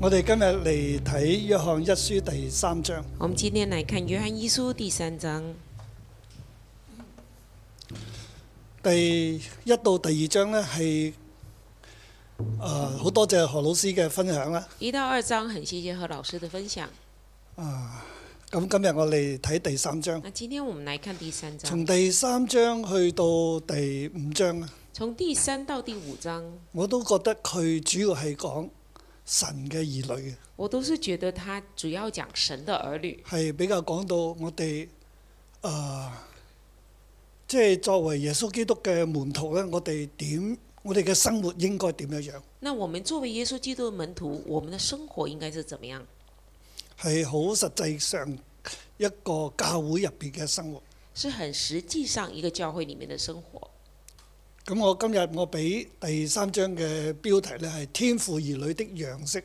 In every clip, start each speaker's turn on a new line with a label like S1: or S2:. S1: 我哋今日嚟睇約翰一書第三章。
S2: 我们今天来看约翰一书第三章，
S1: 第一到第二章呢，係誒好多謝何老師嘅分享啦。
S2: 一到二章很谢谢何老师的分享。
S1: 啊，咁今日我哋睇第三章，
S2: 那今天我们来看第三章
S1: 從，第三章去到第五章啊，
S2: 从第三到第五章，
S1: 我都覺得佢主要係講神嘅兒女嘅，
S2: 我都是觉得他主要讲神的儿女，
S1: 係比較講到我哋誒、啊即係作為耶穌基督嘅門徒呢，我哋點，我哋嘅生活應該點樣樣？
S2: 那我们作为耶稣基督的门徒，我们的生活应该是怎么样？
S1: 係好實際上一個教會入邊嘅生活。
S2: 是很实际上一个教会里面的生活。
S1: 咁我今日我俾第三章嘅標題呢係天父兒女的樣式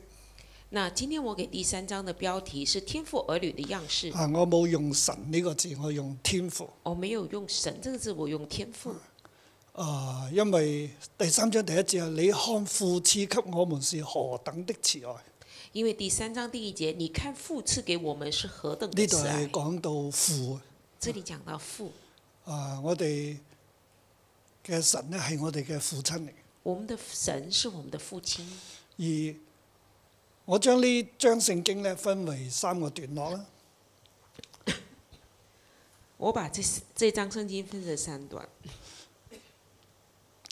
S2: 那今天我給第三章的標題是“天父儿女的樣式
S1: 啊！我冇用神呢個字，我用天父”，
S2: 我没有用“神”这个字，我用“天父
S1: 啊，因為第三章第一節係啊你看父賜給我們是何等的慈愛，”，
S2: 因為第三章第一節，你看父賜給我们是何等
S1: 呢
S2: 的
S1: 度
S2: 慈
S1: 係
S2: 愛。
S1: 講到父
S2: 这里讲到父，
S1: 啊，我哋嘅神呢係我哋嘅父親嚟
S2: 我们的神是我们的父親。
S1: 嘅，而我將呢章聖經呢分為三個段落啦。
S2: 我把这这张圣经分成三段，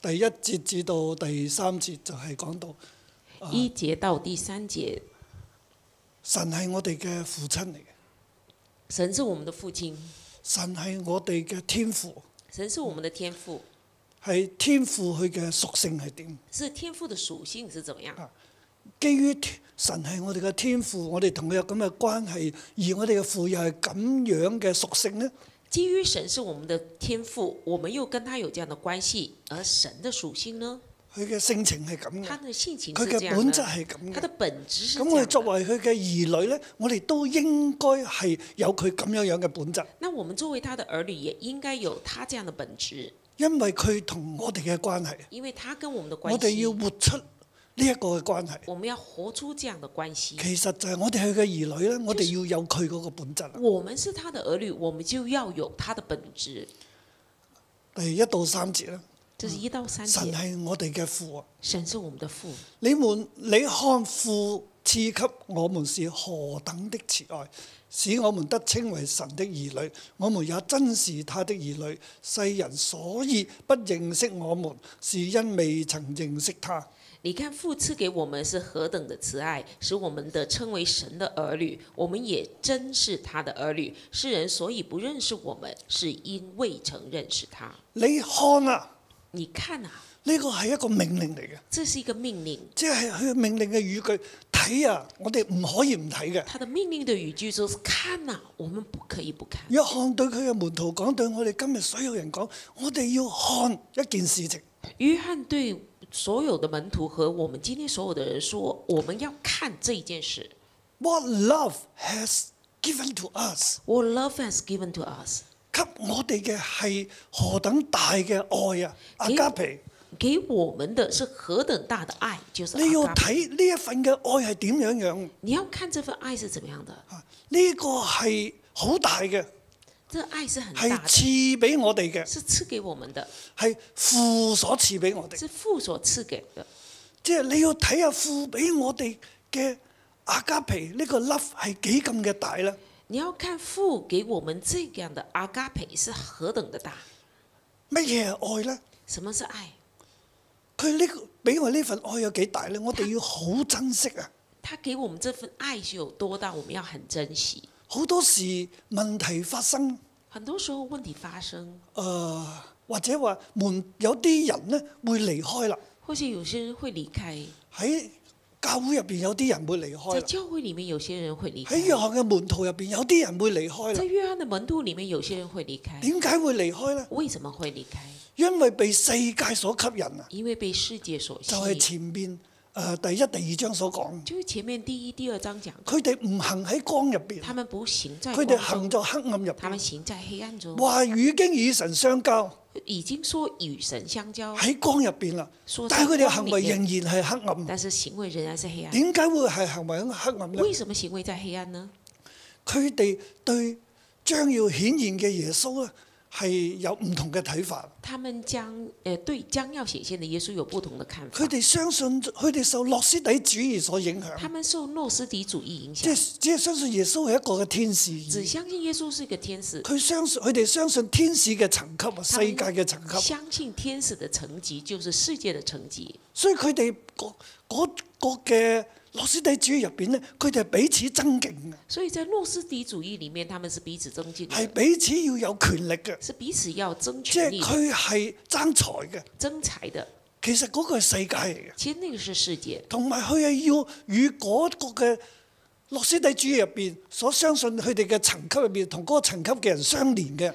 S1: 第一節至到第三節就係講到啊
S2: 一節到第三節，
S1: 神係我哋嘅父親嚟嘅，
S2: 神是我们的父親，
S1: 神係我哋嘅天父，
S2: 神是我们的天父，
S1: 係天父佢嘅屬性係點？
S2: 是天父的屬性是怎么
S1: 啊
S2: 樣？
S1: 基於天神係我哋嘅天父，我哋同佢有咁嘅關係，而我哋嘅父又係咁樣嘅屬性呢？
S2: 基于神是我们的天父，我们又跟他有这样的關係，而神的屬性呢？
S1: 佢嘅性情係咁
S2: 他
S1: 嘅，
S2: 的性
S1: 嗯
S2: 情
S1: 佢
S2: 是
S1: 嘅
S2: 这样
S1: 本質
S2: 的，
S1: 係咁
S2: 他的
S1: 嘅。
S2: 本质是
S1: 咁
S2: 这
S1: 我哋
S2: 样
S1: 作
S2: 的。
S1: 為佢嘅兒女呢，我哋都應該係有佢咁樣樣嘅本質，
S2: 那我们作为他的儿女，也应该有他这样的本质，
S1: 因為佢同我哋嘅關係，
S2: 因为他跟我们的关
S1: 我哋
S2: 系，
S1: 要活出呢一個嘅關係。
S2: 我们要活出这样的关系。
S1: 其實就係我哋係佢嘅兒女咧，我哋要有佢嗰個本質啊。
S2: 我们是他的儿女，我们就要有他的本质。
S1: 第一到三節咧，
S2: 这是一到三
S1: 神
S2: 节，
S1: 係我哋嘅父啊！
S2: 神是我们的父。
S1: 你們你看父賜給我們是何等的慈愛，使我們得稱為神的兒女，我們也真是他的兒女。世人所以不認識我們，是因未曾認識他。
S2: 你看父赐给我们是何等的慈爱，使我们的称为神的儿女，我们也真是他的儿女。世人所以不认识我们，是因未曾认识他。
S1: 你看啊，
S2: 你看啊，
S1: 呢個係一個命令嚟嘅，
S2: 这是一个命令。
S1: 即係佢命令嘅語句。睇啊，我哋唔可以唔睇嘅。
S2: 他的命令的语句就是看呐、我们不可以不看。
S1: 約翰對佢嘅門徒講，對我哋今日所有人講，我哋要看一件事情，
S2: 约翰对所有的门徒和我们今天所有的人说，我们要看这一件事。
S1: What love has given to us，
S2: What love has given to us，
S1: 給我哋嘅係何等大嘅愛啊！阿
S2: 咦
S1: 加皮，
S2: 给我们的是何等大的愛，就是
S1: 你要
S2: agape
S1: 睇呢一份嘅愛係點樣樣
S2: 你要看這份愛是怎么样的，
S1: 啊？呢、個係好大嘅，
S2: 这愛是很
S1: 係
S2: 大的，
S1: 賜俾我哋嘅，
S2: 是賜給我們的，
S1: 係父所賜俾我哋。
S2: 是父所賜給的。
S1: 即係你要睇下父俾我哋嘅阿加皮呢個 love 係幾咁嘅大啦。
S2: 你要看父给我们这样的 agape 是何等的大。
S1: 乜嘢係愛呢？
S2: 什么是愛？
S1: 佢呢個俾我呢份愛有幾大呢？我哋要好珍惜啊！
S2: 他给我们这份愛是有多大，我们要很珍惜。
S1: 好多時問題發生，誒、
S2: 很多時候問題發生，
S1: 或者話門有啲人呢會離開啦，
S2: 或许有些人會離開，
S1: 喺教會入邊有啲人會離開
S2: 在
S1: 啦，
S2: 教會裡面有些人會離
S1: 喺約
S2: 開，
S1: 翰嘅門徒入邊有啲人會離開
S2: 在
S1: 啦。
S2: 約翰的門徒裡面有些人會離開。
S1: 點解會離開呢？
S2: 為什麼會離開？
S1: 因為被世界所吸引啊，
S2: 因為被世界所吸
S1: 就係、
S2: 引。
S1: 前面誒、呃第一、第二章所講，
S2: 就是前面第一、第二章讲，
S1: 佢哋唔行喺光入邊，
S2: 他们不行在
S1: 佢
S2: 光
S1: 哋行
S2: 中，
S1: 在黑暗入
S2: 他们
S1: 邊。
S2: 行在黑暗中。
S1: 話語經與神相交
S2: 已经说与神相交，
S1: 喺光入邊啦，
S2: 说在
S1: 但係佢哋嘅
S2: 光
S1: 行
S2: 里
S1: 為
S2: 面
S1: 仍然係黑暗。
S2: 但是行為仍然是黑暗。
S1: 點解會係行為喺黑暗呢？
S2: 為什么行為在黑暗呢？
S1: 佢哋對將要顯現嘅耶穌咧係有唔同嘅睇法。
S2: 他們將呃對將要顯現的耶穌有不同的看法
S1: 佢。哋相信佢哋受諾斯底主義所影響，
S2: 他們受諾斯底主義影
S1: 即
S2: 響，
S1: 係只係相信耶穌係一個嘅天使。
S2: 只相信耶穌是一個天使，
S1: 佢相信佢哋相信天使嘅層級啊，世界嘅層級，
S2: 相信天使的層級就是世界的層級。
S1: 所以佢哋嗰嗰個嘅諾斯底主義入邊咧，佢哋係彼此爭競嘅，
S2: 所以在諾斯底主義裡面，他們是彼此增進
S1: 係
S2: 的，
S1: 彼此要有權力嘅，
S2: 是彼此要爭
S1: 即
S2: 權
S1: 係
S2: 力、
S1: 佢係爭財嘅。
S2: 爭財的。
S1: 其實嗰個係世界嚟嘅，
S2: 其實那個是世界，
S1: 同埋佢係要與嗰個嘅諾斯底主義入邊所相信佢哋嘅層級入邊同嗰個層級嘅人相連嘅。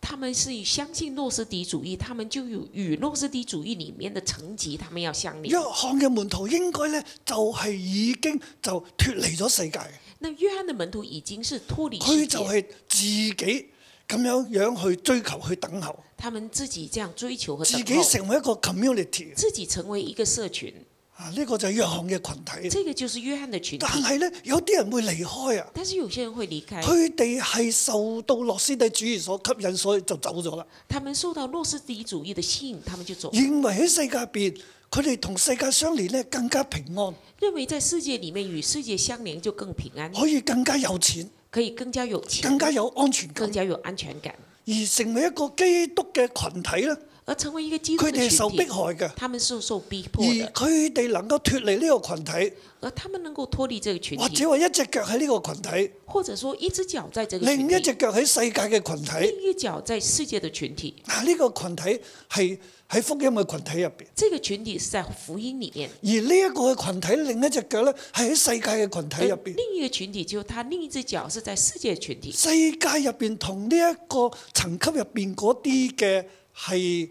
S2: 他們是相信諾斯底主義，他們就有與諾斯底主義裡面的層級，他們要相連
S1: 約。翰嘅門徒應該咧就係已經就脱離咗世界，
S2: 那約翰的門徒已經是脱離世
S1: 佢
S2: 界
S1: 就，係自己咁樣樣去追求去等候，
S2: 他們自己這樣追求和
S1: 自
S2: 等
S1: 己
S2: 候，
S1: 成為一個 community
S2: 自己成為一個社群，
S1: 啊！呢、個就係約翰嘅群體。
S2: 這個就是約翰的群體
S1: 但。係咧，有啲人會離開啊，
S2: 但是有些人會離開，
S1: 佢哋係受到諾斯底主義所吸引，所以就走咗啦。
S2: 他們受到諾斯底主義的吸引，他們就走，
S1: 認為喺世界入邊，佢哋同世界相連咧更加平安，
S2: 認為在世界裡面與世界相連就更平安，
S1: 可以更加有錢，
S2: 可以更加有錢，
S1: 哦更加有安全感
S2: 更，加有安全感，
S1: 而成為一個基督嘅群體咧，
S2: 而成為一個基督
S1: 佢哋
S2: 的
S1: 係受迫
S2: 群體。
S1: 害嘅。
S2: 他們是受逼迫
S1: 而
S2: 的，
S1: 佢哋能夠脱離呢個群體，
S2: 而他們能夠脫離這個群
S1: 或
S2: 體，
S1: 者話一隻腳喺呢個群體，
S2: 或者說一隻腳在這個群
S1: 另
S2: 體，
S1: 一隻哎腳喺世界嘅群體。
S2: 另一腳在世界的群體。
S1: 嗱，呢個群體係喺福音嘅群體入邊，
S2: 这个群体是在福音裡面，
S1: 而呢一個嘅群體，另一隻腳咧係喺世界嘅群體入
S2: 而
S1: 邊。
S2: 另一個群體就是他另一隻腳是在世界的群體，
S1: 世界入邊同呢一個層級入邊嗰啲嘅係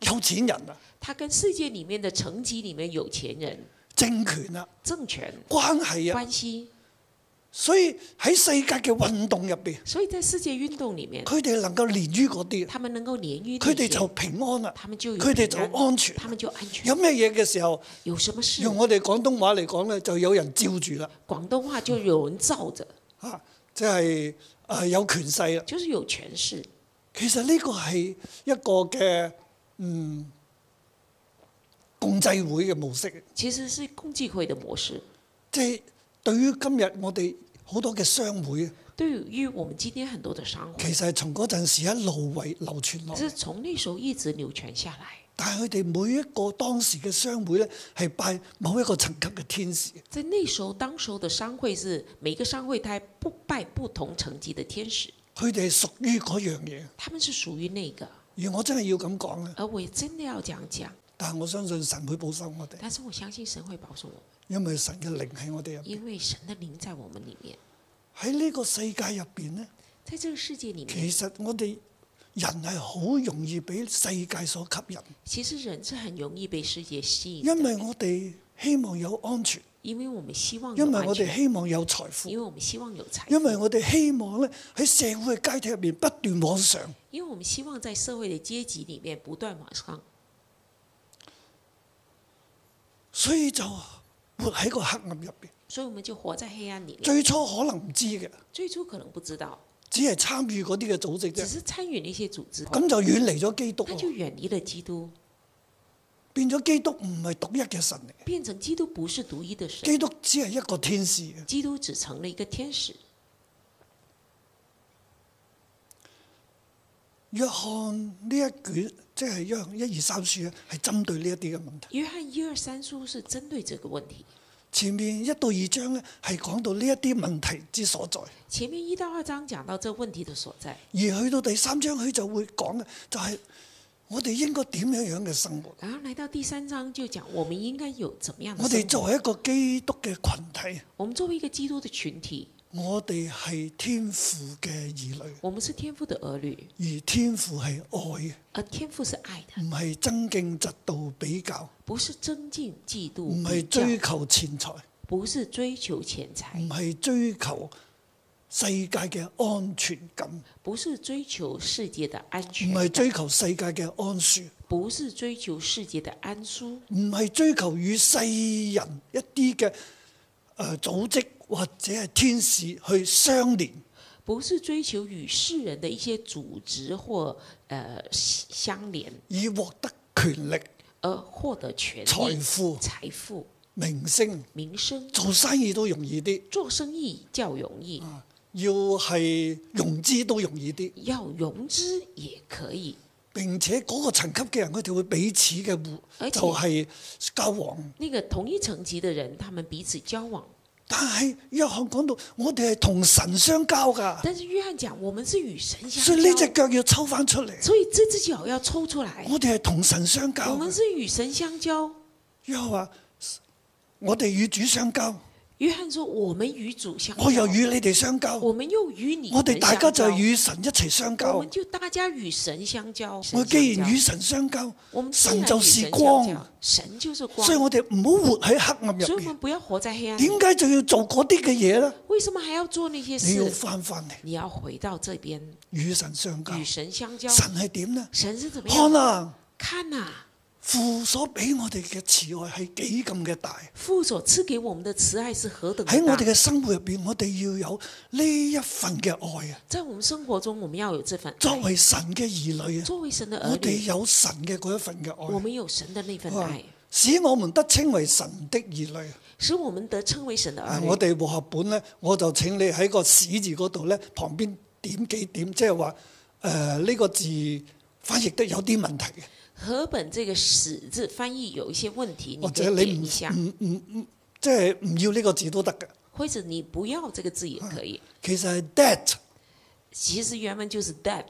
S1: 有錢人啊、
S2: 他跟世界裡面的層級裡面有錢人、
S1: 政權啊、
S2: 政權
S1: 關係啊，
S2: 關係，
S1: 所以喺世界嘅運動入邊，
S2: 所以在世界運動裡面，
S1: 佢哋能夠連於嗰啲，
S2: 他們能夠連於
S1: 佢
S2: 那
S1: 哋
S2: 些
S1: 就平安啦，
S2: 他們就有
S1: 佢哋就
S2: 平安
S1: 安全。
S2: 他們就安全。
S1: 有咩嘢嘅時候，
S2: 有什麼事，
S1: 用我哋廣東話嚟講咧，就有人照住啦，
S2: 廣東話就有人罩着，
S1: 嚇、即係誒有權勢啦。
S2: 就是有權勢。
S1: 其實呢個係一個嘅嗯共濟會嘅模式，啊
S2: 其實是共濟會的模式。
S1: 即係對於今日我哋好多嘅商會，
S2: 對於我們今天很多的商會，
S1: 其實係從嗰陣時一路為流傳落嚟。
S2: 是從那時候一直流傳下來。
S1: 但係佢哋每一個當時嘅商會咧，係拜某一個層級嘅天使。
S2: 在那時候，當時候的商會是每個商會它不拜不同層級的天使，
S1: 佢哋係屬於嗰樣嘢，
S2: 他們是屬於那個。
S1: 而我真係要咁講咧。
S2: 而我也真的要這樣講，
S1: 但係我相信神會保守我哋，
S2: 但是我相信神會保守我們，
S1: 因為神嘅靈喺我哋入邊。
S2: 因為神的靈在我們裡面。
S1: 喺呢個世界入邊咧，
S2: 在這個世界裡面，
S1: 其實我哋人係好容易俾世界所吸引，
S2: 其實人是很容易被世界吸引
S1: 因
S2: 的，
S1: 為我哋希望有安全，
S2: 因為我們希望有
S1: 因為
S2: 嗯安
S1: 我哋
S2: 全，
S1: 希望有財
S2: 因
S1: 富，
S2: 為我們希望有財
S1: 因為
S2: 富，
S1: 我哋希望咧喺社會嘅階梯入面不斷往上。
S2: 因為我們希望在社會的階級裡面不斷往上，
S1: 所以就活喺個黑暗入邊。
S2: 所以我們就活在黑暗裡面。
S1: 最初可能唔知嘅，
S2: 最初可能不知道，
S1: 只係參與嗰啲嘅組織
S2: 只
S1: 啫，
S2: 是參與了一些組織，
S1: 咁就遠離咗基督喎，
S2: 他就遠離了基督。
S1: 變咗基督唔係獨一嘅神嚟，
S2: 变成基督不是独一的神，
S1: 基督只係一個天使嘅。
S2: 基督只成了一个天使。
S1: 約翰呢一卷即係約翰一二三書咧，係針對呢一啲嘅問題。
S2: 约翰一二三书是针对这个问题，
S1: 前面一到二章咧係講到呢一啲問題之所在，
S2: 前面一到二章讲到这问题的所在，
S1: 而去到第三章佢就會講嘅就係我哋應該點樣樣嘅生活。
S2: 然后来到第三章就讲我们应该有怎么样的
S1: 我哋
S2: 生活。
S1: 作為一個基督嘅群體，
S2: 我们作为一个基督的群体，
S1: 我哋係天父嘅兒女，
S2: 我们是天父的儿女，
S1: 而天父係愛嘅，
S2: 而天父是爱的，
S1: 唔係爭競嫉妒比較，
S2: 不是增进嫉妒
S1: 唔
S2: 比
S1: 係
S2: 较，
S1: 追求錢財，
S2: 不是追求钱
S1: 唔
S2: 财，
S1: 係追求世界嘅安全感，唔
S2: 不是追求世界的安全
S1: 係
S2: 感，
S1: 追求世界嘅安舒，
S2: 不是追求世界的安舒，
S1: 唔係追求與世人一啲嘅誒組織或者係天使去相連。
S2: 不是追求与世人的一些组织或呃相相连，
S1: 以獲得權力、
S2: 而获得权
S1: 財
S2: 利、
S1: 富、
S2: 财富、
S1: 名聲，
S2: 名声。
S1: 做生意都容易啲，
S2: 做生意较容易，
S1: 啊要係融資都容易啲。
S2: 要融资也可以，
S1: 並且嗰個層級嘅人，佢哋會彼此嘅互，
S2: 而且
S1: 就係交往。
S2: 那个同一层级的人，他们彼此交往。
S1: 但係約翰講到，我哋係同神相交㗎，
S2: 但是约翰講，我們是與神
S1: 所
S2: 相
S1: 以呢
S2: 交
S1: 只，腳要抽翻出嚟。
S2: 所以這隻腳要抽出來。
S1: 我哋係同神相
S2: 我
S1: 交
S2: 們
S1: 㗎。
S2: 是與神相交。
S1: 約翰話：我哋與主相交，
S2: 約翰說，我們與主相交，
S1: 我又與你哋相交。
S2: 我們又與你
S1: 我哋
S2: 們
S1: 大家
S2: 相
S1: 就
S2: 交
S1: 係，與神一齊相
S2: 我
S1: 交
S2: 們。就大家與神相交。神
S1: 我既
S2: 相
S1: 然
S2: 交
S1: 與神相交
S2: 我，們既然
S1: 神
S2: 與
S1: 就是
S2: 神相
S1: 光
S2: 交。神就是光，
S1: 所以我哋唔好活喺黑暗
S2: 所
S1: 入
S2: 以我們
S1: 面。
S2: 不要活在黑暗里。
S1: 點解就要做嗰啲嘅嘢呢？
S2: 為什麼還要做那些
S1: 你要
S2: 事？
S1: 翻翻嚟
S2: 你要回到這邊，
S1: 與神相交。
S2: 與神相交。
S1: 啊神係點呢？
S2: 神是怎麼
S1: 看
S2: 樣？
S1: 啊，
S2: 看啊，
S1: 父所俾我哋嘅慈愛係幾咁嘅大。
S2: 父所賜給我們的慈愛是何等的
S1: 喺我
S2: 大
S1: 哋嘅生活入邊，我哋要有呢一份嘅愛啊！
S2: 在我們生活中，我們要有這份愛
S1: 作為神嘅兒女啊，
S2: 作为神的儿
S1: 我啊哋
S2: 女，
S1: 有神嘅嗰一份嘅
S2: 呃我
S1: 愛。
S2: 们有神的那份
S1: 哇
S2: 愛，
S1: 使我們得稱為神的兒女。
S2: 使我们得称为神的
S1: 啊
S2: 儿！
S1: 我
S2: 女。
S1: 哋和合本咧，我就請你喺個史字嗰度咧，旁邊點幾點，即係話誒呢個字翻譯得有啲問題嘅，
S2: 和本这个“使”字翻译有一些问题，你
S1: 或
S2: 可
S1: 者你
S2: 以
S1: 唔
S2: 点一下，
S1: 唔唔唔，即係唔要呢個字都得嘅。
S2: 或者你不要这个字
S1: 啊
S2: 也可以。
S1: 其實係 that
S2: 其实原文就是 “that”，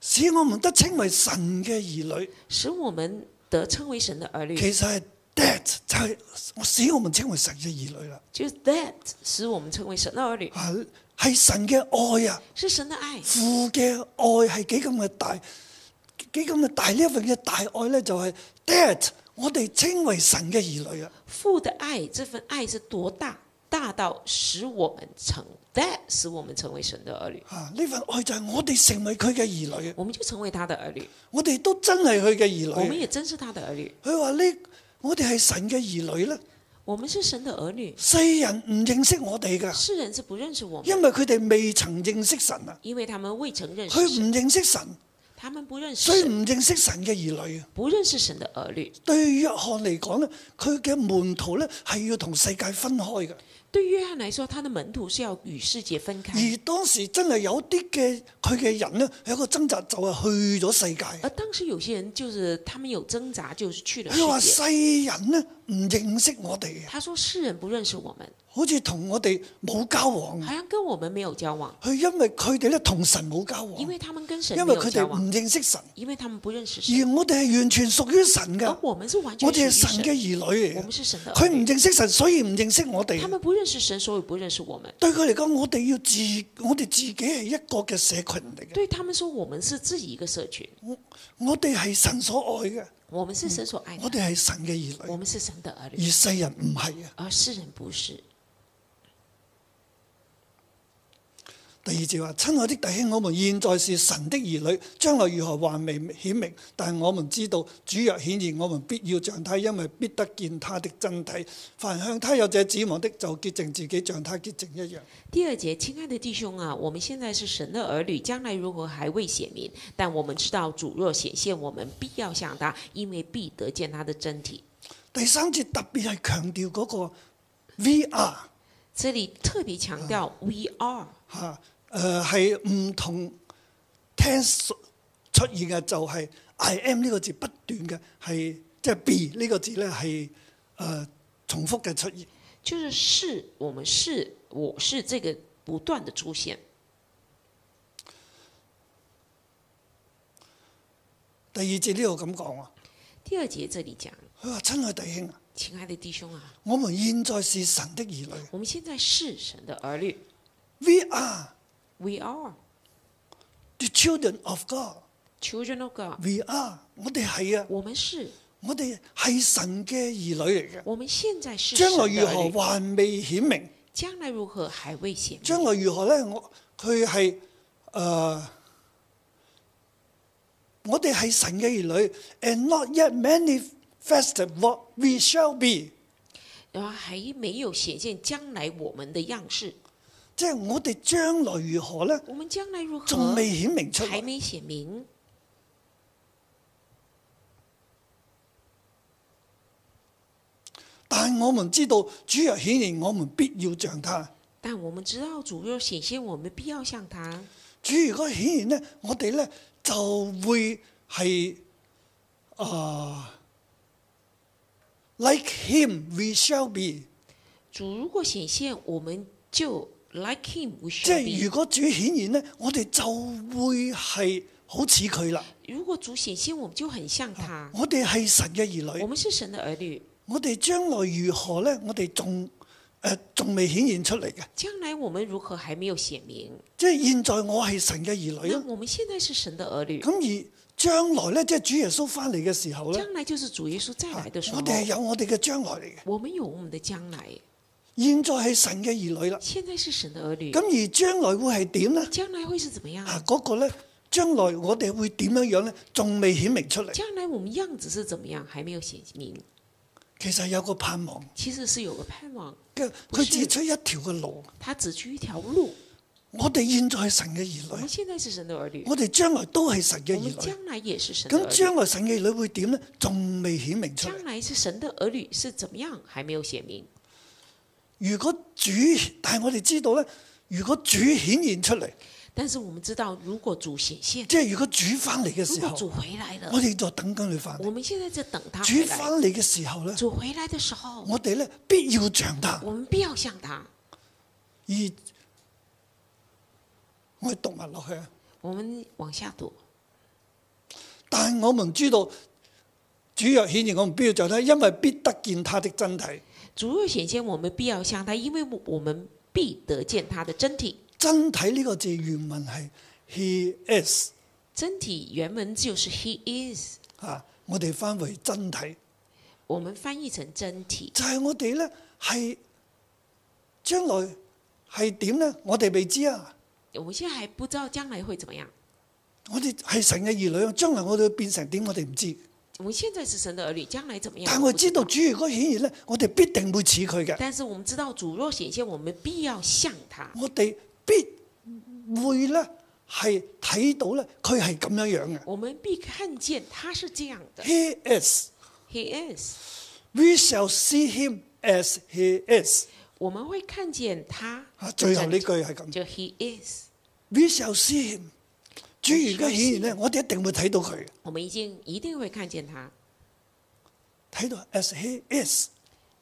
S1: 使我們得稱為神嘅兒女，
S2: 使我们得称为神的儿女，
S1: 其實係 that 就係我使我們稱為神嘅兒女啦。
S2: 就是 “that” 使我们成为神的儿女，
S1: 啊，係神嘅愛啊，
S2: 是神的愛。
S1: 父嘅愛係幾咁嘅大，幾咁嘅大呢一份嘅大愛咧，就係 that 我哋稱為神嘅兒女啊。
S2: 父的爱，这份爱是多大？大到使我们成 “that”，使我们成为神的儿女，
S1: 啊！呢份愛就係我哋成為佢嘅兒女，啊
S2: 我们就成为他的儿女，
S1: 我哋都真係佢嘅
S2: 我
S1: 兒
S2: 们
S1: 女。啊
S2: 也真是他的儿女，
S1: 佢話呢，我哋係神嘅兒女咧，
S2: 我們是神的儿女。
S1: 世人唔認識我哋㗎，
S2: 世人是不认识我们，
S1: 因為佢哋未曾認識神啊，
S2: 因为他们未曾认
S1: 佢
S2: 识神，
S1: 唔認識神，
S2: 他们不认识
S1: 所以
S2: 神，
S1: 唔認識神嘅兒女啊。
S2: 不认识神的儿女。
S1: 對約翰嚟講咧，佢嘅門徒咧係要同世界分開嘅，
S2: 对约翰来说，他的门徒是要与世界分开，
S1: 而當時真係有啲嘅佢嘅人咧有一個掙扎，就係去咗世界。
S2: 而当时有些人就是他们有挣扎，就是去了
S1: 佢話
S2: 世
S1: 世
S2: 界。
S1: 人咧唔認識我哋嘅，
S2: 他说世人不认识我们，
S1: 好似同我哋冇交往。
S2: 好像跟我们没有交往，
S1: 佢因為佢哋咧同神冇交往，
S2: 因
S1: 因為
S2: 为他们跟神没有
S1: 佢哋
S2: 交
S1: 唔
S2: 往，
S1: 認識神，
S2: 因为他们不认识
S1: 而
S2: 神。
S1: 我哋係完全屬於神
S2: 而
S1: 嘅，
S2: 我们是完全
S1: 我
S2: 属
S1: 哋
S2: 于
S1: 係神嘅
S2: 神，
S1: 兒女
S2: 我
S1: 嚟
S2: 们
S1: 嘅。
S2: 是神的
S1: 佢
S2: 儿
S1: 唔
S2: 女。
S1: 認識神，所以唔認識我哋
S2: 他。们不认识神，所以不认识我们。
S1: 對佢嚟講，我哋要自我哋自己係一個嘅社群嚟嘅，
S2: 对他们说，我们是自己一个社群，
S1: 我哋係神所愛嘅，
S2: 我们是神所爱
S1: 我
S2: 的，
S1: 哋係神嘅兒
S2: 我
S1: 女，
S2: 们是神的儿女
S1: 而。世人唔係啊。
S2: 而世人不是。
S1: 第二節話：親愛的弟兄，我們現在是神的兒女，將來如何還未顯明，但我們知道主若顯現，我們必要像他，因為必得見他的真體。凡向他有這指望的，就潔淨自己，像他潔淨一樣。
S2: 第二节，亲爱的弟兄啊，我们现在是神的儿女，将来如何还未显明，但我们知道主若显现，我们必要向他，因为必得见他的真体。
S1: 第三節特別係強調嗰個 VR
S2: 这里特别强调 we are，
S1: 嚇，誒係呃唔同 tense 出現嘅，就係 I am 呢個字不斷嘅係即係 be 呢個字咧係誒重複嘅出現。
S2: 就是是我们是我是这个不断的出现。
S1: 第二節呢度咁講喎，
S2: 第二节这里讲，
S1: 佢話親愛弟兄啊。
S2: 亲爱的弟兄啊，
S1: 我們現在是神的兒女，
S2: 我们现在是神的儿女，
S1: We are
S2: We are
S1: the children of God。
S2: children of God。
S1: We are，我哋係啊，
S2: 我们是，
S1: 我哋係神嘅兒女嚟嘅。
S2: 我们现在是
S1: 將來
S2: 神的
S1: 如
S2: 儿
S1: 何
S2: 女
S1: 還未顯明，
S2: 将来如何还未显
S1: 將
S2: 明。
S1: 來如何咧？我佢係誒，呃我哋係神嘅兒女，and not yet manifested what we shall be，
S2: 然后还没有显现将来我们的样式，
S1: 即係我哋將來如何咧？
S2: 我们将来如何
S1: 仲未顯明出
S2: 还
S1: 嚟，
S2: 没显哦明。
S1: 但我們知道主若顯現，我們必要像他。
S2: 但我们知道主若显现，我们必要向他。
S1: 主如果顯現咧，我哋咧就會係啊、l i k e him we shall be。
S2: 主如果显现，我们就 like him we
S1: 即
S2: shall
S1: 係如
S2: be。
S1: 果主顯現咧，我哋就會係好似佢啦。
S2: 如果主显现，我们就很像他。
S1: 我哋係神嘅兒
S2: 我
S1: 女，
S2: 们是神的儿女，
S1: 我哋將來如何咧？我哋仲誒仲未顯現出嚟嘅。
S2: 将来我们如何还没有显明？
S1: 即係現在我係神嘅兒女
S2: 那
S1: 啦。
S2: 我们现在是神的儿女，
S1: 咁而將來咧，即係主耶穌翻嚟嘅時候咧，
S2: 将来就是主耶稣再
S1: 啊
S2: 来的时候
S1: 我，哋係有我哋嘅將來嚟嘅。
S2: 我们有我们的将來。
S1: 現在係神嘅兒女啦。
S2: 现在是神的儿女，
S1: 咁而將來會係點咧？
S2: 将来会是怎么样？
S1: 啊，嗰、個咧，將來我哋會點樣樣咧？仲未顯明出嚟。
S2: 将来我们样子是怎么样？还没有显明，
S1: 其實有個盼望，
S2: 其实是有个盼望。
S1: 嘅
S2: 不
S1: 佢
S2: 是
S1: 指出一條嘅路。
S2: 他只去一条路，
S1: 我哋現在係神嘅
S2: 我
S1: 兒
S2: 们
S1: 女，
S2: 现在是神的儿女，
S1: 我哋將來都係神嘅
S2: 我
S1: 兒
S2: 们
S1: 女。
S2: 将来也是神的
S1: 咁
S2: 儿女。
S1: 將來神嘅兒女會點呢？仲未顯明出
S2: 将
S1: 嚟。
S2: 来是神的儿女是怎么样？还没有显明。
S1: 如果主，但係我哋知道呢，如果主顯現出嚟，
S2: 但是我们知道，如果主显现，
S1: 即係如果主翻嚟嘅
S2: 如
S1: 時
S2: 果
S1: 候，
S2: 主回来了
S1: 我，哋就等緊佢翻嚟。
S2: 我们现在在等他回
S1: 主
S2: 来
S1: 翻。嚟嘅時候呢，
S2: 主回来的时候，
S1: 我哋呢必要像他。
S2: 我们必要像他。
S1: 而我哋讀埋落去啊！
S2: 我们往下读，
S1: 但我們知道主若顯現，我們必要像他，因為必得見他的真體。
S2: 主若显现，我们必要像他，因为我们必得见他的真体。
S1: 真體呢個字原文係 He is
S2: 真体原文就是 He is，
S1: 啊，我哋翻為真體，
S2: 我们翻译成真体。
S1: 就係、我哋咧係將來係點咧？我哋未知啊！
S2: 我们现在还不知道将来会怎么样，
S1: 我哋係神嘅兒女，將來我哋會變成點我哋唔知，
S2: 我们现在是神的儿女，将来怎么样？
S1: 但
S2: 我
S1: 我
S2: 不
S1: 知道，主如果顯現咧，我哋必定會似佢嘅，
S2: 但是我们知道主若显现，我们必要像他，
S1: 我哋必會咧係睇到咧佢係咁樣樣嘅。
S2: 我们必看见他是这样的。
S1: He is,
S2: He is，
S1: we shall see him as he is。
S2: 我们会看见他
S1: 啊，
S2: 的真
S1: 最
S2: 体。
S1: 後呢句係咁。
S2: 就 He is，
S1: We shall see him。主如果顯
S2: shall see
S1: 現咧，我哋一定會睇到佢嘅，
S2: 我们已经一定会看见他
S1: 睇到 as he is。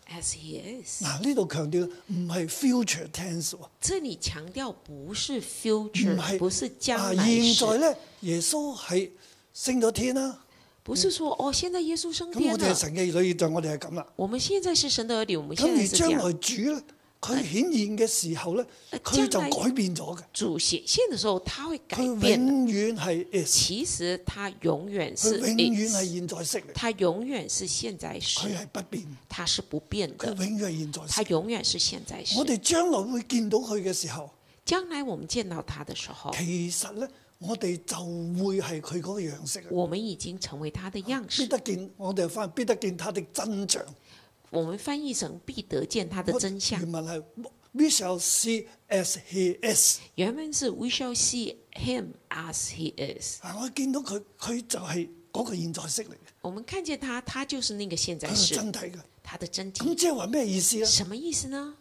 S2: as He is。
S1: 嗱，呢度強調唔係 future tense 喎，
S2: 这里强调不是
S1: 唔
S2: future，
S1: 係
S2: 不是
S1: 啊，
S2: 将来
S1: 現在
S2: 式，
S1: 咧，耶穌係升咗天啦，
S2: 不是说哦，现在耶稣升
S1: 嗯咁
S2: 天
S1: 我哋係
S2: 了。
S1: 神嘅兒女，現在我哋係咁啦。
S2: 我们现在是神的儿女，我们
S1: 咁
S2: 现在
S1: 而
S2: 啊是这
S1: 將
S2: 样。
S1: 來主咧，佢顯現嘅時候咧，
S2: 呃
S1: 佢就
S2: 將來
S1: 改變咗嘅，
S2: 主显现的时候，他会改
S1: 佢
S2: 变的。
S1: 永遠係 is，
S2: 其实他永远
S1: 佢
S2: 是
S1: 永遠
S2: is，
S1: 係現在式嚟，
S2: 他永远是现
S1: 佢
S2: 在时，
S1: 係不變，
S2: 他是不变
S1: 佢
S2: 的，
S1: 永遠係現在
S2: 他
S1: 式。
S2: 永远是现在时
S1: 我。哋將來會見到佢嘅時候。
S2: 将来我们见到他的时候，
S1: 其實咧，我哋就會係佢嗰個樣式啊！
S2: 我们已经成为他的样
S1: 必
S2: 式。
S1: 得見我哋翻，必得見他的真像。
S2: 我们翻译成必得见他的真相。
S1: 原文係 We shall see as he is。
S2: 原文是 We shall see him as he is。
S1: 啊，我見到佢，佢就係嗰個現在式嚟嘅，
S2: 我们看见他，他就是那个现在
S1: 佢係
S2: 式，
S1: 啊真體嘅。
S2: 他的真
S1: 咁
S2: 体。
S1: 即係話咩意思咧？
S2: 什么意思呢？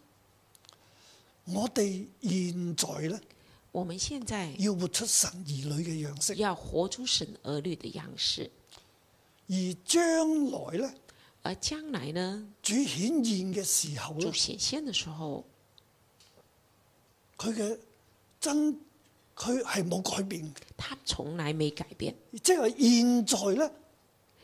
S1: 我哋現在咧
S2: 我们现在
S1: 要活出神兒女嘅樣式，
S2: 要活出神儿女的样式，
S1: 而將來咧
S2: 而将来呢？
S1: 主顯現嘅時候咧
S2: 主，显现的时候，
S1: 佢嘅真佢係冇改變嘅，
S2: 他从来没改变。
S1: 即係話現在咧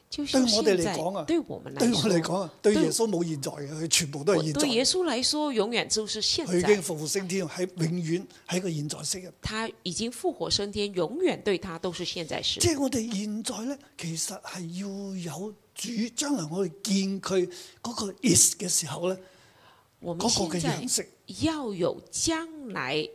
S2: 就是
S1: 对我哋
S2: 现
S1: 嚟
S2: 在
S1: 講啊
S2: 对我们来
S1: 對我嚟
S2: 说，
S1: 講啊，對
S2: 對
S1: 耶穌冇現在嘅，佢全部都
S2: 我
S1: 係現
S2: 对耶
S1: 在。
S2: 稣来说，永远就是现
S1: 佢已
S2: 在
S1: 經。復活升天，喺永遠喺個現在式嘅。
S2: 他已经复活升天，永远对他都是现在时
S1: 即。係我哋現在咧，其實係要有主，將來我哋見佢嗰個 is 嘅時候咧，
S2: 我们
S1: 嗰、個
S2: 现
S1: 嘅
S2: 在
S1: 樣式。
S2: 要有将来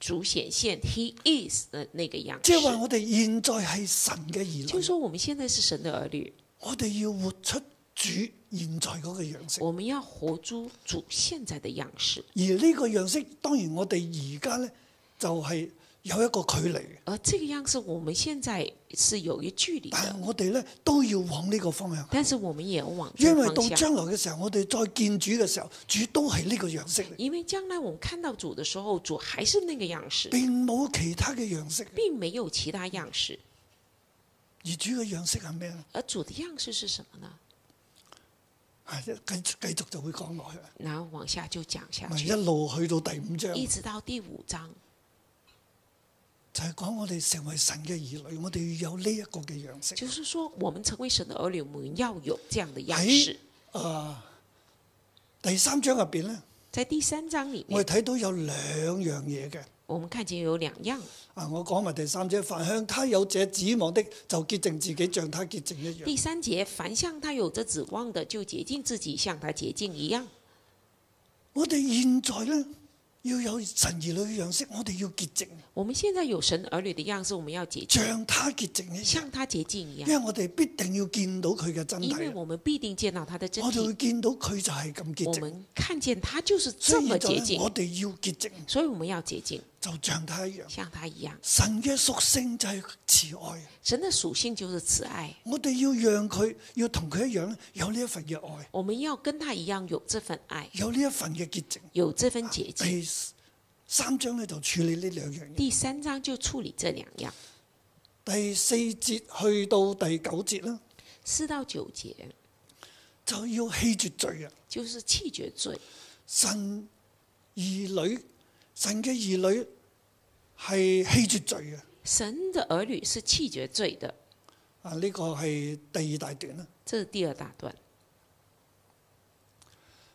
S2: 主显现 He is 的那个样
S1: 即
S2: 式
S1: 係。話我哋現在係神嘅兒
S2: 就是
S1: 女，
S2: 说，我们现在是神的儿女，
S1: 我哋要活出主現在嗰個樣式。
S2: 我们要活出主现在的样式。
S1: 而呢個樣式，當然我哋而家咧就係、有一個距離嘅，
S2: 而这个样式，我们现在是有一距离
S1: 但係
S2: 的，
S1: 我哋咧都要往呢個方向。
S2: 但是我们也要往这
S1: 因
S2: 个
S1: 為
S2: 方
S1: 到
S2: 向。
S1: 將來嘅時候，我哋再見主嘅時候，主都係呢個樣式嚟，
S2: 因为将来我们看到主的时候，主还是那个样式，
S1: 並冇其他嘅樣式。
S2: 并没有其他样式。
S1: 而主嘅樣式係咩咧？
S2: 而主的樣式是什么呢？
S1: 係繼繼續就會講落去，
S2: 然后往下就讲下
S1: 咪一
S2: 去，
S1: 路去到第五章，
S2: 一直到第五章，
S1: 就係講我哋成為神嘅兒女，我哋要有呢一個嘅樣式。
S2: 就是说我们成为神的儿女，我们要有这样的样
S1: 喺
S2: 式。
S1: 啊第三章入邊咧，
S2: 在第三章里
S1: 我
S2: 面，
S1: 哋睇到有兩樣嘢嘅。
S2: 我们看见有两样。
S1: 啊，我講埋第三章，凡向他有者指望的，就潔淨自己，像他潔淨一樣。
S2: 第三节，凡向他有着指望的，就洁净自己，像他洁净一样。
S1: 我哋現在咧要有神兒女嘅樣式，我哋要潔淨，
S2: 我们现在有神儿女的样式，我们要洁净，
S1: 像他潔淨一樣。
S2: 像他洁净一
S1: 因
S2: 样，
S1: 為我哋必定要見到佢嘅真體
S2: 因，为我们必定见到他的真
S1: 我哋會
S2: 体。
S1: 見到佢就係咁
S2: 我
S1: 潔淨。
S2: 们看见他就是
S1: 所
S2: 这
S1: 以
S2: 么
S1: 就
S2: 洁
S1: 咧，
S2: 净，
S1: 我哋要潔淨，
S2: 所以我们要洁净，
S1: 就像他一樣。
S2: 像他一样。
S1: 神嘅屬性就係慈愛，
S2: 神的属性就是慈爱，
S1: 我哋要讓佢要同佢一樣咧，有呢一份嘅愛，
S2: 我们要跟他一样有这份爱，
S1: 有呢一份嘅潔淨。啊
S2: 有这份洁净。
S1: 第三章咧就處理呢兩樣嘢。
S2: 第三章就处理这两样，
S1: 第四節去到第九節啦，
S2: 四到九节
S1: 就要棄絕罪啊！
S2: 就是弃绝罪。
S1: 神兒女，神嘅兒女係棄絕罪嘅。
S2: 神的儿女是弃绝罪的，
S1: 啊，呢、個係第二大段啦。
S2: 这是第二大段。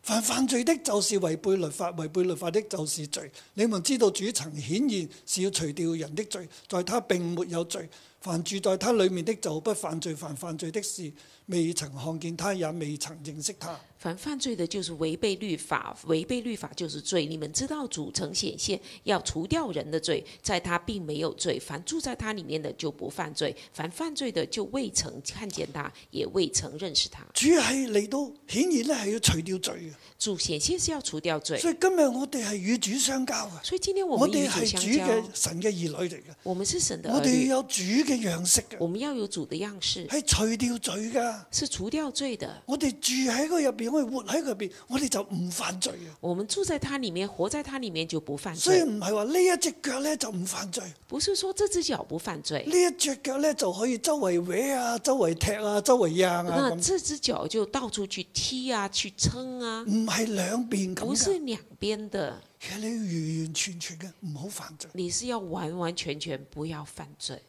S1: 凡犯罪的，就是違背律法；違背律法的，就是罪。你們知道主曾顯現是要除掉人的罪，在他並沒有罪。凡住在他裡面的，就不犯罪；凡犯罪的事，未曾看見他，也未曾認識他。
S2: 凡犯罪的，就是违背律法；违背律法就是罪。你们知道主曾显现要除掉人的罪，在他并没有罪。凡住在他里面的就不犯罪，凡犯罪的就未曾看见他，也未曾认识他。
S1: 主係嚟到顯現咧，係要除掉罪嘅。
S2: 主显现是要除掉罪，
S1: 所以今日我哋係與主相交嘅，
S2: 所以今天我
S1: 我
S2: 们
S1: 哋
S2: 与
S1: 係
S2: 主相
S1: 主
S2: 交，
S1: 嘅神嘅兒女嚟嘅，
S2: 我们是神的
S1: 我
S2: 儿
S1: 哋
S2: 女，
S1: 要有主嘅樣式嘅，
S2: 我们要有主的样式，
S1: 係除掉罪噶。
S2: 是除掉罪的。
S1: 我哋住喺佢入邊，我哋活喺佢入邊，我哋就唔犯罪嘅。
S2: 我们住在它里面，活在它里面就不犯
S1: 所以
S2: 罪。
S1: 唔係話呢一隻腳咧就唔犯罪，呢
S2: 不是说这只脚不犯罪，
S1: 一隻腳咧就可以周圍搲啊、周圍踢啊、周圍掟啊
S2: 那
S1: 咁，
S2: 这只脚就到處去踢啊，去撑啊，
S1: 唔係兩邊
S2: 不
S1: 咁
S2: 是
S1: 嘅。
S2: 两边的，
S1: 其實你要完完全全嘅唔好犯罪，
S2: 你是要完完全全不要犯罪，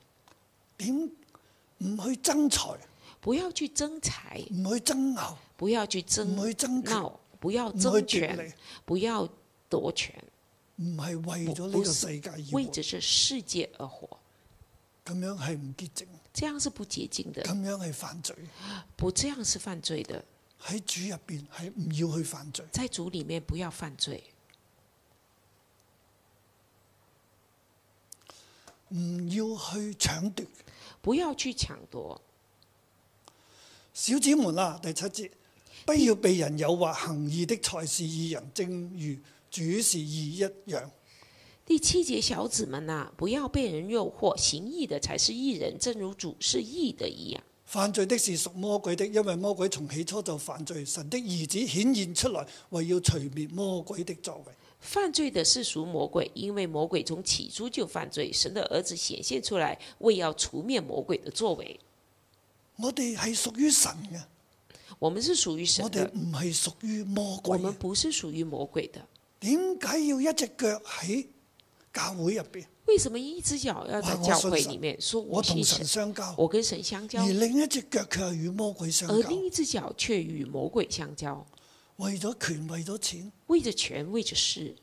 S1: 點唔去爭財，
S2: 不要去争财，
S1: 唔去爭拗，
S2: 不要去
S1: 唔
S2: 争
S1: 去爭權，
S2: 闹，不要
S1: 唔去
S2: 争
S1: 奪
S2: 权
S1: 利。，
S2: 不要夺权，
S1: 唔係為咗呢個世界而活，
S2: 为着这世界而活，
S1: 咁樣係唔潔淨，
S2: 这样是不洁净的，
S1: 咁樣係犯罪。
S2: 不这样是犯罪的，
S1: 喺主入邊係唔要去犯罪。
S2: 在主里面不要犯罪，
S1: 唔要去搶奪。
S2: 不要去抢夺。
S1: 小子們啊，第七節，不要被人誘惑，行義的才是義人，正如主是義一樣。
S2: 第七节，小子们呐、不要被人诱惑，行义的才是义人，正如主是义的一样。
S1: 犯罪的是屬魔鬼的，因為魔鬼從起初就犯罪。神的兒子顯現出來，為要除滅魔鬼的作為。
S2: 犯罪的是属魔鬼，因为魔鬼从起初就犯罪。神的儿子显现出来，为要除灭魔鬼的作为。
S1: 我哋係屬於神嘅，
S2: 我们是属于神
S1: 我哋
S2: 的，
S1: 唔係屬於魔
S2: 我
S1: 鬼嘅
S2: 们。不是属于魔鬼的。
S1: 點解要一隻腳喺教會入邊？
S2: 为什么一只脚要在
S1: 哇我
S2: 教
S1: 信
S2: 会
S1: 神
S2: 里面说
S1: 我
S2: 我
S1: 同
S2: 信
S1: 神
S2: 神，
S1: 相交，
S2: 我跟神相交
S1: 而，另一隻腳佢係與魔鬼相
S2: 而
S1: 交，
S2: 另一只脚却与魔鬼相交，
S1: 為咗權，為咗錢，
S2: 为着权，为着势，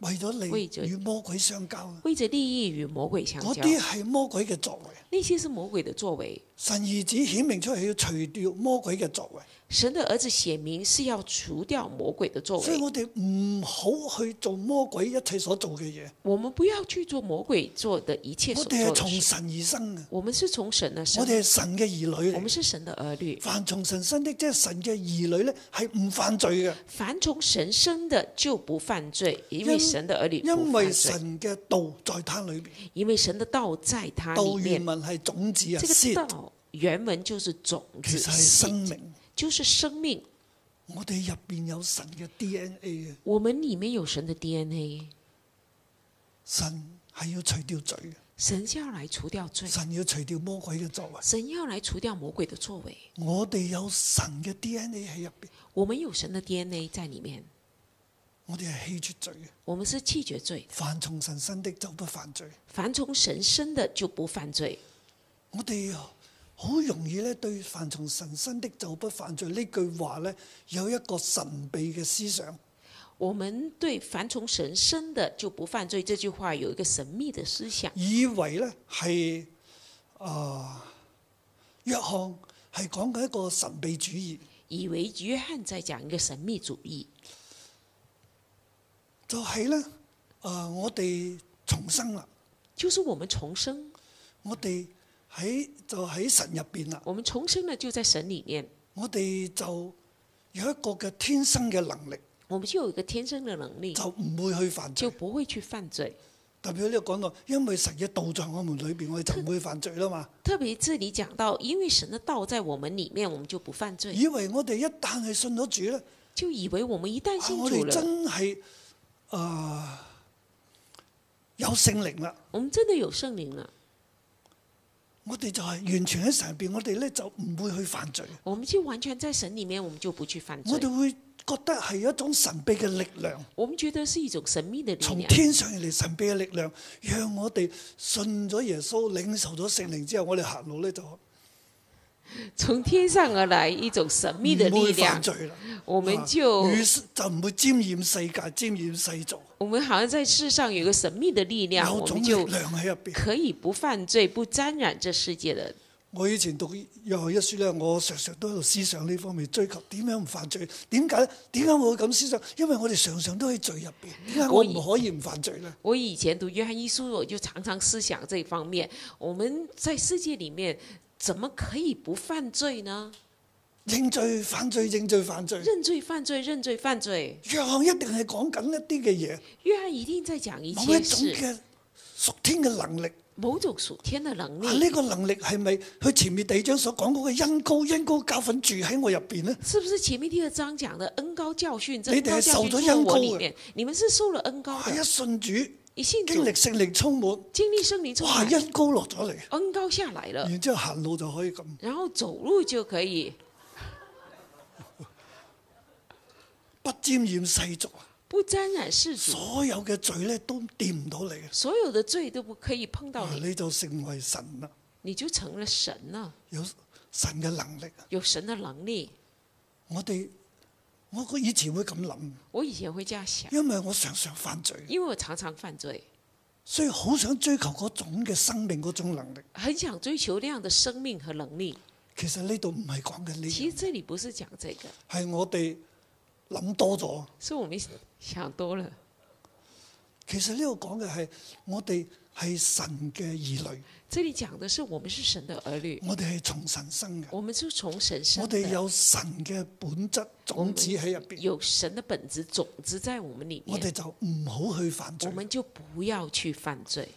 S1: 為咗
S2: 為咗
S1: 利，與魔鬼相交啊。
S2: 为着利益与魔鬼相
S1: 嗰
S2: 交，
S1: 啲係魔鬼嘅作為。
S2: 那些是魔鬼的作为。
S1: 神兒子顯明出嚟要除掉魔鬼嘅作為，
S2: 神的儿子显明是要除掉魔鬼的作
S1: 所以
S2: 为，
S1: 我哋唔好去做魔鬼一切所做嘅嘢。
S2: 我们不要去做魔鬼做的一切所
S1: 我
S2: 做
S1: 哋係
S2: 的
S1: 從
S2: 事。
S1: 神而生嘅，
S2: 我们是从神的
S1: 我
S2: 神，
S1: 哋係神嘅兒女
S2: 我
S1: 嚟。
S2: 们是神的儿女。
S1: 凡從神生的，即係神嘅兒女咧，係唔犯罪嘅，
S2: 凡从神生的就不犯罪，因为
S1: 因
S2: 神的儿女不
S1: 因
S2: 犯
S1: 為
S2: 罪，
S1: 神嘅道在他裏面。
S2: 因为神的道在他
S1: 道
S2: 里面
S1: 原。文係種子啊，
S2: 这个
S1: seed
S2: 道原文就是种
S1: 其
S2: 子，
S1: 實係生
S2: seed，
S1: 命。
S2: 就是生命。
S1: 我哋入邊有神嘅 DNA 嘅，
S2: 我们里面有神的 DNA，
S1: 神係要除掉罪嘅，
S2: 神是要来除掉罪，
S1: 神要除掉魔鬼嘅作為。
S2: 神要来除掉魔鬼的作为。
S1: 我哋有神嘅 DNA 喺入邊，
S2: 我们有神的 DNA 在里面，
S1: 我哋係棄絕罪嘅。
S2: 我们是弃绝罪的。
S1: 凡從神生的就不犯罪。
S2: 凡从神生的就不犯罪。
S1: 我哋好容易咧對凡從神生的就不犯罪呢句話咧有一個神秘嘅思想。
S2: 我们对“凡从神生的就不犯罪”这句话有一个神秘的思想，
S1: 以為咧係啊約翰係講緊一個神秘主義，
S2: 以为约翰在讲一个神秘主义，
S1: 就係咧啊我哋重生啦，
S2: 就是我们重生，
S1: 我哋喺就喺神入邊啦，
S2: 我们重生了就在神里面，
S1: 我哋就有一個嘅天生嘅能力，
S2: 我们就有一个天生的能力，
S1: 就唔會去犯
S2: 嗯就
S1: 罪。
S2: 不会去犯罪。
S1: 特別呢度講到，因為神嘅道在我們裏邊，我哋就唔會犯罪啦嘛。
S2: 特别这里讲到，因为神的道在我们里面，我们就不犯罪，
S1: 以為我哋一旦係信咗主咧，
S2: 就以为我们一旦
S1: 啊
S2: 信
S1: 我
S2: 主
S1: 哋
S2: 了，
S1: 真係啊、有聖靈啦，
S2: 我们真的有圣灵了，
S1: 我哋就係完全喺神入邊，我哋咧就唔會去犯罪，
S2: 我们就完全在神里面，我们就不去犯罪
S1: 我。哋會覺得係一種神秘嘅力量，
S2: 我们觉得是一种神秘的力
S1: 從
S2: 量。
S1: 天上而嚟神秘嘅力量，讓我哋信咗耶穌、領受咗聖靈之後，我哋行路咧就唔
S2: 从天上而来一种神秘的力
S1: 會犯
S2: 量，
S1: 罪啦。
S2: 我们就
S1: 啊與世就唔會沾染世界、沾染世俗，
S2: 我们好像在世上有个神秘的力量，
S1: 有
S2: 我
S1: 種
S2: 们
S1: 力
S2: 就
S1: 量喺入邊。
S2: 可以不犯罪、不沾染这世界的。
S1: 我以前讀約翰一書咧，我常常都喺度思想呢方面，追求點樣唔犯罪？點解咧？點解我會咁思想？因為我哋常常都喺罪入邊，點解我
S2: 我
S1: 唔可以唔犯罪咧？
S2: 我以前读约翰一书，我就常常思想这方面：我们在世界里面怎么可以不犯罪呢？
S1: 認罪、犯罪、認罪、犯罪。
S2: 认罪、犯罪、认罪、犯罪。
S1: 約翰一定係講緊一啲嘅嘢，
S2: 约翰一定在讲一
S1: 某
S2: 些
S1: 一種
S2: 事，
S1: 嘅屬天嘅能力。
S2: 某种属天的能
S1: 啊，
S2: 力
S1: 呢、，個能力係咪佢前面第二章所講嗰個恩高、恩高教訓住喺我入邊咧？
S2: 是不是前面第二章讲的恩高教训？这
S1: 你
S2: 恩
S1: 哋
S2: 高
S1: 係
S2: 教
S1: 受咗
S2: 训就在
S1: 恩
S2: 我
S1: 高啊哎
S2: 里
S1: 嘅
S2: 面，你们是受了恩高
S1: 係
S2: 的
S1: 一。信主，經
S2: 一信主
S1: 歷，聖靈充滿，
S2: 经历圣灵充
S1: 哇！
S2: 满，
S1: 恩高落咗嚟，
S2: 恩高下来了，
S1: 然之後行路就可以咁。
S2: 然后走路就可以
S1: 不沾染世俗啊，
S2: 不沾染世俗，
S1: 所有嘅罪咧都掂唔到你嘅，
S2: 所有的罪都不可以碰到
S1: 啊
S2: 你，
S1: 你就成為神啦，
S2: 你就成了神了，
S1: 有神嘅能力啊。
S2: 有神的能力。
S1: 我哋我我以前會咁諗，
S2: 我以前会这样想，
S1: 因為我常常犯罪，
S2: 因为我常常犯罪，
S1: 所以好想追求嗰種嘅生命嗰種能力。
S2: 很想追求那样的生命和能力。
S1: 其實呢度唔係講緊呢
S2: 其
S1: 樣
S2: 实，这里不是讲这个，
S1: 係我哋諗多咗。
S2: 是我们想多了。
S1: 其實呢度講嘅係我哋係神嘅兒女，
S2: 这里讲的是我们是神的儿女，
S1: 我哋係從神生嘅，
S2: 我们是从神生
S1: 我哋
S2: 的，
S1: 有神嘅本質種子喺入邊，
S2: 有神的本质种子在我们里
S1: 我
S2: 面，
S1: 哋就唔好去犯
S2: 我
S1: 罪。
S2: 们就不要去犯罪。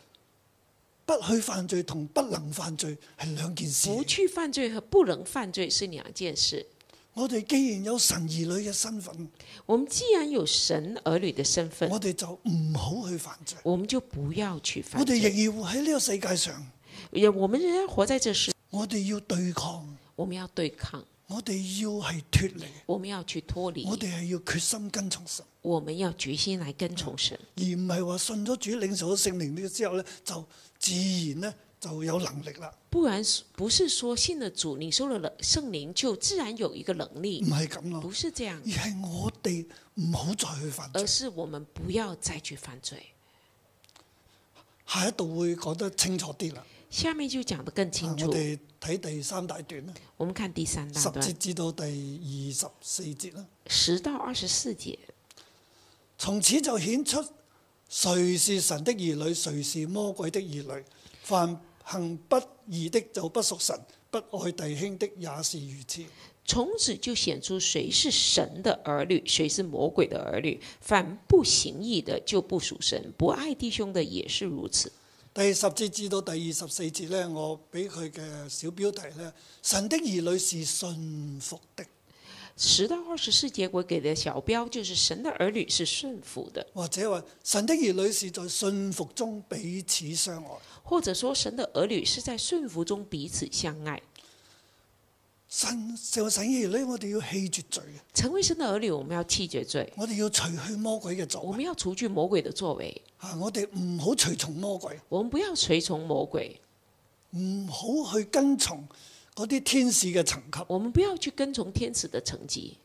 S1: 不去犯罪同不能犯罪係兩件事。
S2: 不去犯罪和不能犯罪是两件事。
S1: 我哋既然有神兒女嘅身份，
S2: 我们既然有神儿女的身份，
S1: 我哋就唔好去犯罪。
S2: 我们就不要去
S1: 我
S2: 犯
S1: 哋
S2: 罪。
S1: 仍然活喺呢個世界上，
S2: 也我们仍然活在这世，
S1: 我哋要對抗，
S2: 我们要对抗，
S1: 我哋要係脱離，
S2: 我们要去脱离，
S1: 我哋係要決心跟從神，
S2: 我们要决心来跟从神，
S1: 而唔係話信咗主領受咗聖靈呢之後咧，就自然咧就有能力啦。
S2: 不然是不是说信了主，你受了冷圣灵，就自然有一个能
S1: 唔
S2: 力，
S1: 係咁咯
S2: 不，是这样
S1: 而，係我哋唔好再去犯罪
S2: 而。是我们不要再去犯罪。
S1: 下一度會講得清楚啲啦。
S2: 下面就讲得更
S1: 啊
S2: 清
S1: 我
S2: 楚，
S1: 哋睇第三大段啦，
S2: 我们看第三大
S1: 十
S2: 段
S1: 節至到第二十四節啦。
S2: 十到二十四节，
S1: 從此就顯出誰是神的兒女，誰是魔鬼的兒女。凡行不義的就不屬神，不愛弟兄的也是如此。
S2: 从此就显出谁是神的儿女，谁是魔鬼的儿女。凡不行义的就不属神，不爱弟兄的也是如此。
S1: 第十節至到第二十四節呢，我俾佢嘅小標題呢：「神的兒女是信服的，
S2: 十到二十四节我给的小标就是神的儿女是顺服的，
S1: 或者話神的兒女是在信服中彼此相愛。
S2: 或者说神的儿女是在顺服中彼此相爱。
S1: 神就神嘅兒女，我哋要棄絕罪嘅，
S2: 成为神的儿女，我们要弃绝罪，
S1: 我哋要除去魔鬼嘅作
S2: 我
S1: 為
S2: 们要除去魔鬼的作为，
S1: 啊！我哋唔好隨從魔鬼。
S2: 我们不要随从魔鬼，
S1: 唔好去跟從嗰啲天使嘅層級。
S2: 我们不要去跟从天使的成绩。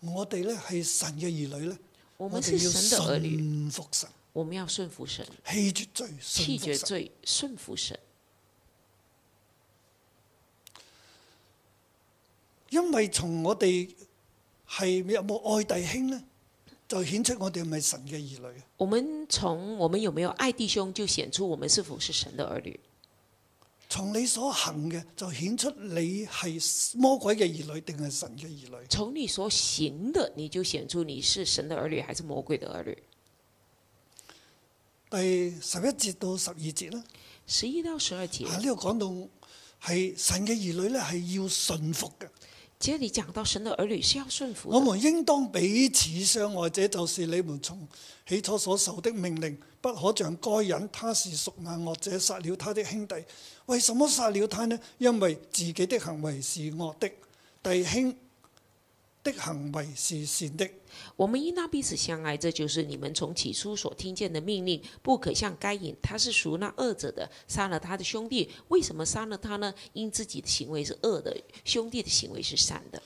S1: 我哋咧係神嘅兒女咧，
S2: 我
S1: 我
S2: 们
S1: 哋
S2: 是
S1: 要
S2: 神的儿女，
S1: 信服神，
S2: 我们要顺服神，
S1: 棄絕罪，
S2: 弃
S1: 信服
S2: 绝
S1: 神。
S2: 罪，顺服神。
S1: 因為從我哋係有冇愛弟兄咧，就顯出我哋係咪神嘅兒女。啊
S2: 我们从我们有没有爱弟兄，就显出我们是否是神的儿女。
S1: 從你所行嘅就顯出你係魔鬼嘅兒女定係神嘅兒女。
S2: 从你所行的，你就显出你是神的儿女还是魔鬼的儿女。
S1: 第十一節到十二節啦，
S2: 十一到十二节，
S1: 啊呢度講到係神嘅兒女咧係要信服嘅。
S2: 这里讲到神的儿女是要顺服
S1: 我
S2: 的。
S1: 們應當彼此相愛，這就是你們從起初所受的命令。不可像該隱，他是屬那惡者，殺了他的兄弟。為什麼殺了他呢？因為自己的行為是惡的，弟兄的行為是善的。
S2: 我们应当彼此相爱，这就是你们从起初所听见的命令。不可像该隐，他是属那恶者的，杀了他的兄弟。为什么杀了他呢？因自己的行为是恶的，兄弟的行为是善的。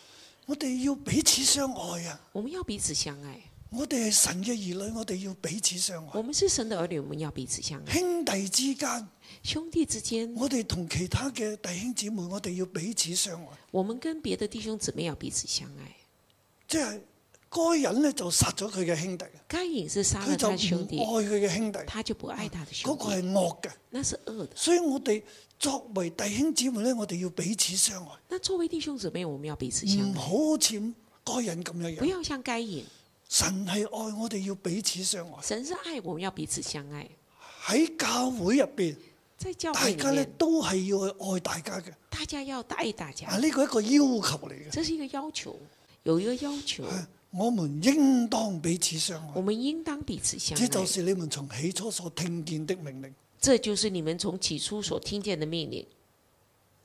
S1: 我哋要彼此相愛啊！
S2: 我们要彼此相爱。
S1: 我哋係神嘅兒女，我哋要彼此相愛。
S2: 我们是神的儿女，我们要彼此相爱。
S1: 兄弟之間，
S2: 兄弟之间，
S1: 我哋同其他嘅弟兄姊妹，我哋要彼此相愛。
S2: 我们跟别的弟兄姊妹要彼此相爱。
S1: 即係該隱呢，就殺咗佢嘅兄弟，
S2: 该隐是杀
S1: 佢
S2: 了
S1: 就
S2: 他的兄弟，
S1: 唔愛哦佢嘅兄弟。
S2: 他就不爱他的
S1: 嗰
S2: 兄
S1: 個
S2: 弟，
S1: 係惡嘅，
S2: 那是恶的。
S1: 所以我哋作為弟兄姊妹咧，我哋要彼此相愛，
S2: 那作为弟兄姊妹，我们要彼此相
S1: 唔
S2: 爱，
S1: 好好似該人咁樣樣。
S2: 不要像该隐。
S1: 神係愛我哋，要彼此相愛。
S2: 神是爱，我们要彼此相爱。
S1: 喺教會入邊，
S2: 在教
S1: 大
S2: 会里
S1: 家咧
S2: 面，
S1: 都係要去愛大家嘅。
S2: 大家要爱大
S1: 啊，
S2: 家，
S1: 呢個一個要求嚟嘅。
S2: 这是一个要求，有一个要求，
S1: 嗯我們應當彼此相
S2: 我
S1: 愛，
S2: 们應当彼此相
S1: 這就
S2: 爱。
S1: 是你們從起初所聽見的命令。
S2: 这就是你们从起初所听见的命令。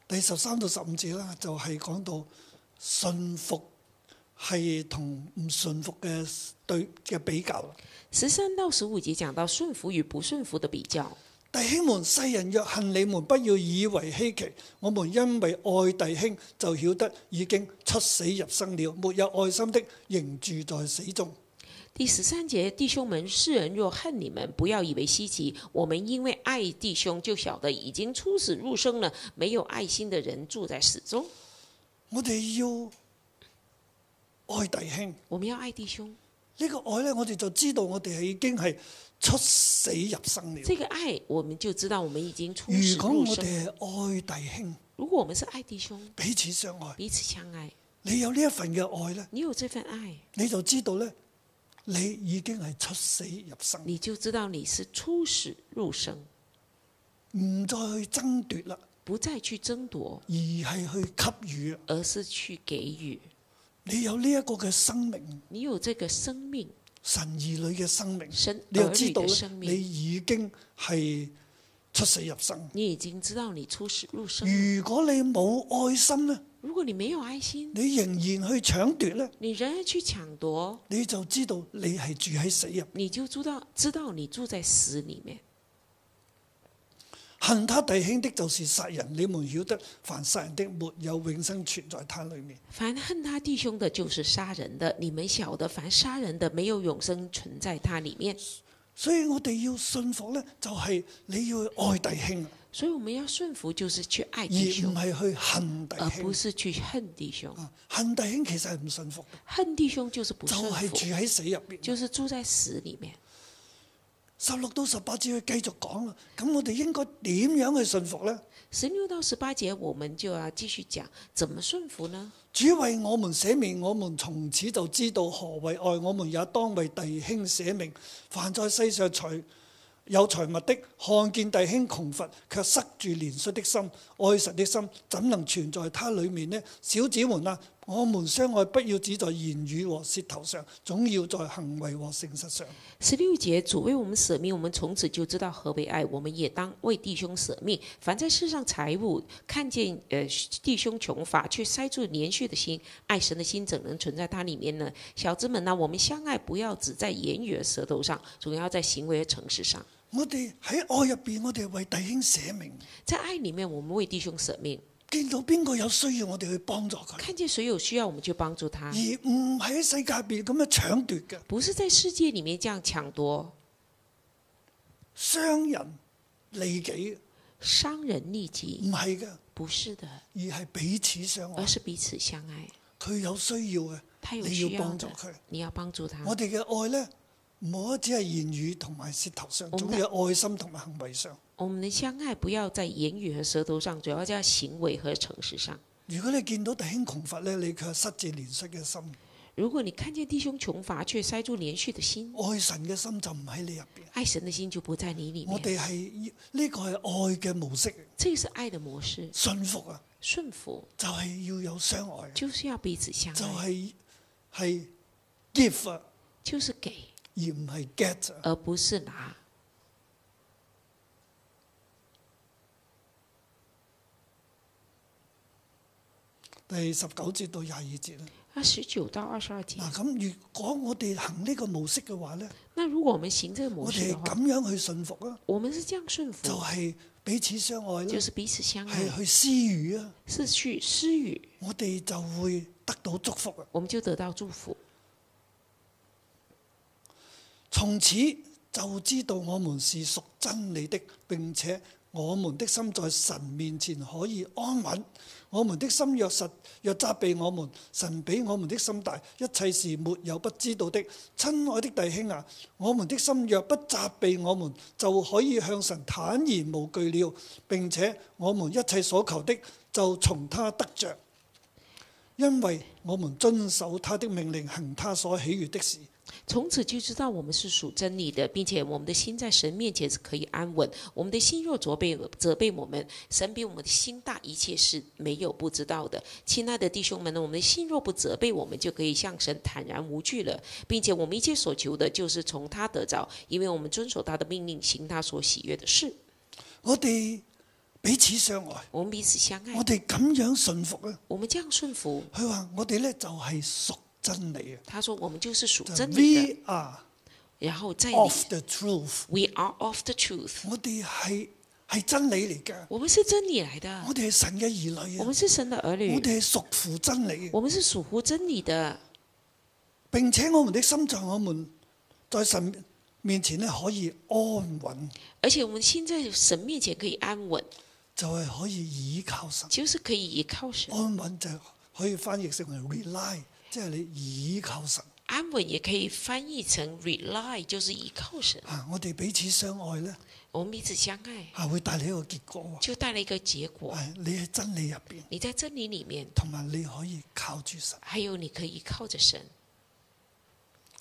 S1: 第十三到十五節啦，就係、講到信服係同唔信服嘅對嘅比較啦。
S2: 十三到十五节讲到顺服与不顺服的比较。
S1: 弟兄們，世人若恨你們，不要以為稀奇。我們因為愛弟兄，就曉得已經出死入生了。沒有愛心的，仍住在死中。
S2: 第十三节，弟兄们，世人若恨你们，不要以为稀奇。我们因为爱弟兄，就晓得已经出死入生了。没有爱心的人住在死中。
S1: 我哋要愛弟兄，呢、
S2: 我们要爱弟兄，
S1: 個愛呢，我哋就知道我哋係已經係出死入生了。
S2: 这个爱我们就知道我们已经出死
S1: 如果
S2: 入
S1: 我
S2: 生。
S1: 哋係愛弟兄，
S2: 如果我们是爱弟兄，
S1: 彼此相愛，
S2: 彼此相爱，
S1: 你有呢一份嘅愛呢，
S2: 你有这份愛，
S1: 你就知道呢，你已經係出死入生，
S2: 你就知道你是出死入生，
S1: 唔再去爭奪啦，
S2: 不再去争夺，
S1: 而係去給予啊。
S2: 而是去给予。
S1: 你有呢一個嘅生命，
S2: 你有这个生命，
S1: 神兒女嘅生命，
S2: 神
S1: 你
S2: 儿
S1: 又知
S2: 女
S1: 道
S2: 的
S1: 咧
S2: 生，
S1: 你
S2: 命，
S1: 已經係出死入生。
S2: 你已经知道你出死入生。
S1: 如果你冇愛心咧，
S2: 如果你没有爱心，
S1: 你仍然去搶奪呢，
S2: 你仍然去抢夺，
S1: 你就知道你係住喺死入。
S2: 你就知道知道你住在死里面。
S1: 恨他弟兄的，就是殺人。你們曉得，凡殺人的沒有永生存在他裏面。
S2: 凡恨他弟兄的，就是杀人的。你们晓得，凡杀人的，没有永生存在他里面。
S1: 所以我哋要信服呢，就係、你要去愛弟兄啊，
S2: 所以我们要顺服，就是去爱
S1: 而
S2: 弟
S1: 唔
S2: 兄，
S1: 係去恨弟
S2: 而啊不
S1: 兄。
S2: 是去恨弟兄。
S1: 啊恨弟兄其實係唔信服嘅，
S2: 恨弟兄就是不
S1: 就
S2: 顺
S1: 係
S2: 服，
S1: 住喺死入邊。
S2: 就是住在死里面。
S1: 十六到十八節佢繼續講啦。咁我哋應該點樣去信服呢？
S2: 十六到十八节，我们就要继续講怎么顺服呢？
S1: 主為我們捨命，我們從此就知道何為愛。我們也當為弟兄捨命。凡在世上財有財物的，看見弟兄窮乏，卻塞住憐恤的心、愛神的心，怎能存在他裡面呢？小子們啊，我們相愛不要只在言語和舌頭上，總要在行為和誠實上。
S2: 十六节，主为我们舍命，我们从此就知道何为爱。我们也当为弟兄舍命。凡在世上财物，看见呃弟兄穷乏，却塞住连续的心，爱神的心怎能存在它里面呢？小子们呐、我们相爱，不要只在言语和舌头上，总要在行为和诚实上。
S1: 我哋喺愛入邊，我哋為弟兄捨命，
S2: 在爱里面，我们为弟兄舍命，
S1: 見到邊個有需要，我哋去幫助佢，
S2: 看见谁有需要，我们就帮助他
S1: 而，唔喺世界入邊咁樣搶奪嘅。
S2: 不是在世界里面这样抢夺、
S1: 傷人利己，
S2: 伤人利己，
S1: 唔係嘅，
S2: 不是的，
S1: 而係彼此相
S2: 而
S1: 愛。
S2: 是彼此相愛。
S1: 佢有需要嘅，嗯
S2: 他有
S1: 你
S2: 需
S1: 啊要
S2: 要
S1: 幫助
S2: 的，
S1: 佢。
S2: 你要帮助他。
S1: 我哋嘅愛呢，唔好只係言語同埋舌頭上，
S2: 我
S1: 總
S2: 明白
S1: 有愛心同埋行為上。
S2: 我们的相爱不要在言语和舌头上，主要在行为和诚实上。
S1: 如果你見到弟兄窮乏呢，你卻失志憐恤嘅心，
S2: 如果你看见弟兄穷乏，却塞住连续的心，
S1: 愛神嘅心就唔喺你入邊。
S2: 爱神的心就不在你里
S1: 我
S2: 面。
S1: 哋係呢個係愛嘅模式，
S2: 这是爱的模式，
S1: 信服啊，
S2: 顺服
S1: 就係、要有相愛，
S2: 就是要彼此相
S1: 就
S2: 爱，
S1: 係、係 give 啊，
S2: 就是给，
S1: 而唔係 get 啊。
S2: 而不是拿。
S1: 第十九節到廿二節啦。
S2: 那十九到二十二节，
S1: 嗱，咁如果我哋行呢個模式嘅話呢，
S2: 那如果我们行这个模
S1: 我
S2: 式
S1: 哋
S2: 的
S1: 係
S2: 话，
S1: 咁樣去信服啊，
S2: 我们是这样顺
S1: 就
S2: 服，
S1: 係、彼此相愛啦
S2: 就，是彼此相
S1: 係
S2: 爱，
S1: 去施予啊，
S2: 是去施予，
S1: 我哋就會得到祝福啊。
S2: 我们就得到祝福。
S1: 從此就知道我們是屬真理的，並且我們的心在神面前可以安穩。我們的心若實若責備我們，神比我們的心大，一切事沒有不知道的。親愛的弟兄啊，我們的心若不責備我們，就可以向神坦然無懼了。並且我們一切所求的，就從他得着。因為我們遵守他的命令，行他所喜悦的事。
S2: 从此就知道我们是属真理的，并且我们的心在神面前是可以安稳。我们的心若责备责备我们，神比我们的心大，一切是没有不知道的。亲爱的弟兄们呢，我们的心若不责备我们，就可以向神坦然无惧了，并且我们一切所求的，就是从他得着，因为我们遵守他的命令，行他所喜悦的事。
S1: 我哋彼此相愛，
S2: 我们彼此相
S1: 我
S2: 爱，
S1: 哋咁樣信服啊！
S2: 我们这样顺服。
S1: 佢話：我哋咧就係屬真理啊，
S2: 他说：“我们就是属
S1: 就
S2: 真理的，
S1: 係 we are
S2: 然后在你
S1: of the truth。
S2: ，we are of the truth。
S1: 我哋係係真理嚟㗎，
S2: 我们是真理来的，
S1: 我哋係神嘅兒女
S2: 我
S1: 啊，
S2: 们是神的儿女。
S1: 我哋係屬乎真理嘅。
S2: 我们是属乎真理的，
S1: 並且我們的心在我們在神面前咧可以安穩，
S2: 而且我们心在神面前可以安稳，
S1: 就係、可以倚靠神。
S2: 就是可以依靠神。
S1: 安穩就可以翻譯成為 rely，即係你倚靠神
S2: 安稳也可以翻译成 rely，就是依靠神。
S1: 啊！我哋彼此相愛咧，
S2: 我们彼此相爱，
S1: 係會帶嚟一個結果喎。
S2: 就带来一个结果。
S1: 係你喺真理入邊，
S2: 你在真理里面，
S1: 同埋你可以靠住神，
S2: 还有你可以靠着神，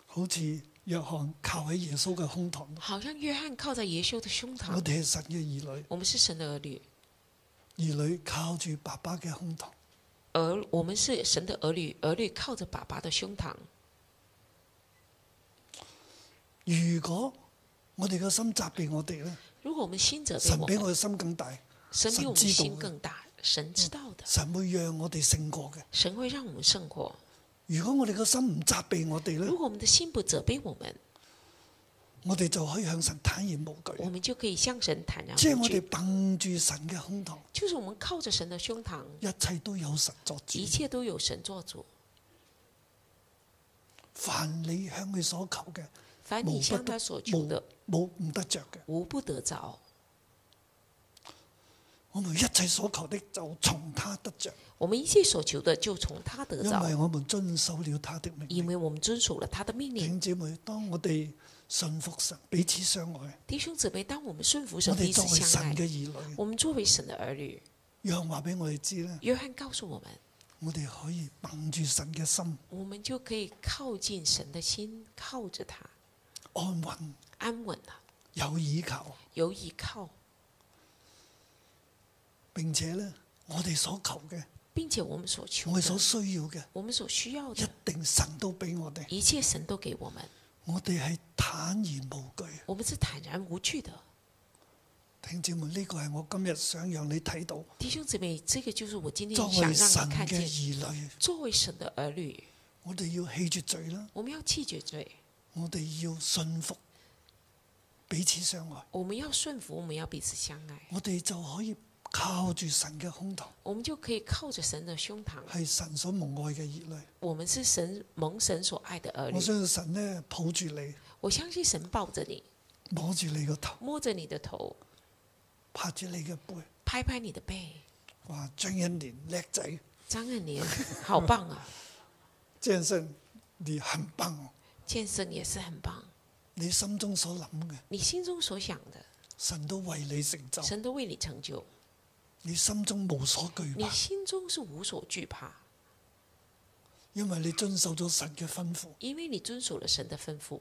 S1: 好似約翰靠喺耶穌嘅胸膛。
S2: 好像约翰靠在耶稣的胸
S1: 我
S2: 膛。
S1: 哋係神嘅兒
S2: 我们是神的儿女，
S1: 女，兒女靠住爸爸嘅胸膛，
S2: 而我们是神的儿女，儿女靠着爸爸的胸膛。
S1: 如果我哋嘅心責備我哋咧，
S2: 如果我们心责备
S1: 神
S2: 我
S1: 比
S2: 们，
S1: 我嘅心更大。
S2: 神比我
S1: 神
S2: 们
S1: 知道
S2: 心
S1: 的
S2: 更大，神知道的，
S1: 神會讓我哋勝過嘅。
S2: 神会让我们胜过。
S1: 如果我哋個心唔責備我哋
S2: 如
S1: 呢，
S2: 果我们的心不责备我们，
S1: 我哋就可以向神坦然無
S2: 我
S1: 懼。
S2: 们就可以向神坦然
S1: 即係
S2: 无
S1: 我哋
S2: 惧。
S1: 掹住神嘅胸膛，
S2: 就是我们靠着神的胸膛，
S1: 一切都有神作主
S2: 一。切都有神做主。
S1: 凡你向佢所求嘅，
S2: 凡
S1: 無
S2: 你
S1: 不
S2: 向他
S1: 得
S2: 所求的，
S1: 冇冇唔得着嘅。
S2: 无不得着。
S1: 我們一切所求的就從他得着，
S2: 我们一切所求的，就从他得
S1: 因
S2: 着，
S1: 為我們遵守了他的命
S2: 因
S1: 令。
S2: 为我们遵守了他的命
S1: 弟
S2: 令。
S1: 兄姊妹，當我哋信服神，彼此相愛，
S2: 弟兄姊妹，当我们顺服
S1: 我
S2: 神，彼
S1: 哋作
S2: 此
S1: 為神
S2: 相爱
S1: 嘅，兒女，
S2: 我们作为神的儿女，
S1: 約翰話俾我哋知咧，
S2: 约翰告诉我们，
S1: 我哋可以掹住神嘅心，
S2: 我们就可以靠近神的心，靠着他，
S1: 安穩
S2: 安稳了，
S1: 有倚靠。
S2: 有依靠，
S1: 並且咧，我哋所求嘅，
S2: 并且我们所求
S1: 我哋所
S2: 的，
S1: 需要嘅，
S2: 我们所需要
S1: 一
S2: 的，
S1: 定神都俾我哋。
S2: 一切神都给我们，
S1: 我哋係坦然無懼。
S2: 我们是坦然无惧的。
S1: 弟兄姊妹，呢、個係我今日想讓你睇到，
S2: 弟兄姊妹，这个就是我今天
S1: 作
S2: 想
S1: 為神
S2: 让你看
S1: 嘅
S2: 见，
S1: 兒女，
S2: 作为神的儿女，
S1: 我哋要棄絕罪啦。
S2: 我们要弃绝罪，
S1: 我哋要信服彼此相愛，
S2: 我们要顺服，我们要彼此相爱，
S1: 我哋就可以靠住神嘅胸膛，
S2: 我们就可以靠着神的胸膛，
S1: 係神所蒙愛嘅兒女。
S2: 我们是神蒙神所爱的儿女
S1: 我。相信神呢，抱住你，
S2: 我相信神抱着你，
S1: 摸住你個頭，
S2: 摸着你的头，
S1: 拍住你嘅背，
S2: 拍拍你的背。
S1: 話張恩年叻仔，
S2: 张恩年， 好棒啊！
S1: 張生你很棒哦。
S2: 健身也是很棒。
S1: 你心中所諗嘅，
S2: 你心中所想的，
S1: 神都為你成就。
S2: 神都为你成就。
S1: 你心中無所懼
S2: 你
S1: 怕，
S2: 心中是无所惧怕，
S1: 因為你遵守咗神嘅吩咐，
S2: 因为你遵守了神的吩咐，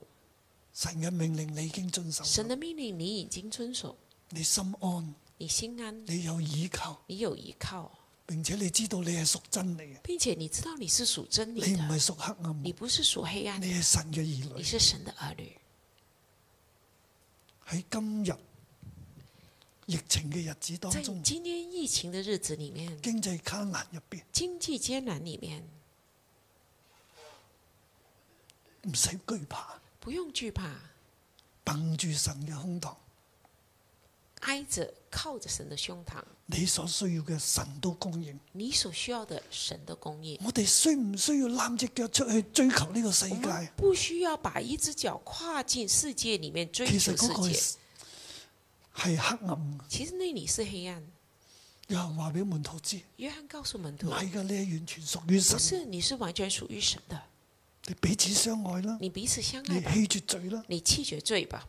S1: 神嘅命令你已經遵守。
S2: 神的命令你已经遵守，
S1: 你心安，
S2: 你心安，
S1: 你有倚靠，
S2: 你有依靠，
S1: 並且你知道你係屬真理嘅。
S2: 并且你知道你是属真理
S1: 你唔
S2: 的，
S1: 係屬黑暗
S2: 你
S1: 嘅，
S2: 不是属黑暗
S1: 你
S2: 的，
S1: 係神嘅兒
S2: 你
S1: 女。
S2: 是神的儿女。
S1: 喺今日疫情嘅日子
S2: 在
S1: 當中，
S2: 今天疫情的日子里面，
S1: 經濟艱難入邊，
S2: 经济艰难里面，
S1: 唔使懼怕，
S2: 不用惧怕，
S1: 掹住神嘅胸膛，
S2: 挨着靠着神的胸膛，
S1: 你所需要嘅神都供應。
S2: 你所需要的神的供应。
S1: 我哋需唔需要攬只腳出去追求呢個世
S2: 我们
S1: 界？
S2: 不需要把一只脚跨进世界里面追
S1: 其
S2: 求
S1: 實
S2: 世
S1: 嗰個
S2: 界。
S1: 係係黑暗。
S2: 其实那里是黑暗。
S1: 有人話俾門徒知，
S2: 约翰告诉门
S1: 唔
S2: 徒，
S1: 係㗎，你係完全屬於神，
S2: 不是你是完全属于神的，
S1: 你彼此相愛啦，
S2: 你彼此相
S1: 你
S2: 爱吧，
S1: 棄絕罪啦，
S2: 你弃绝罪吧，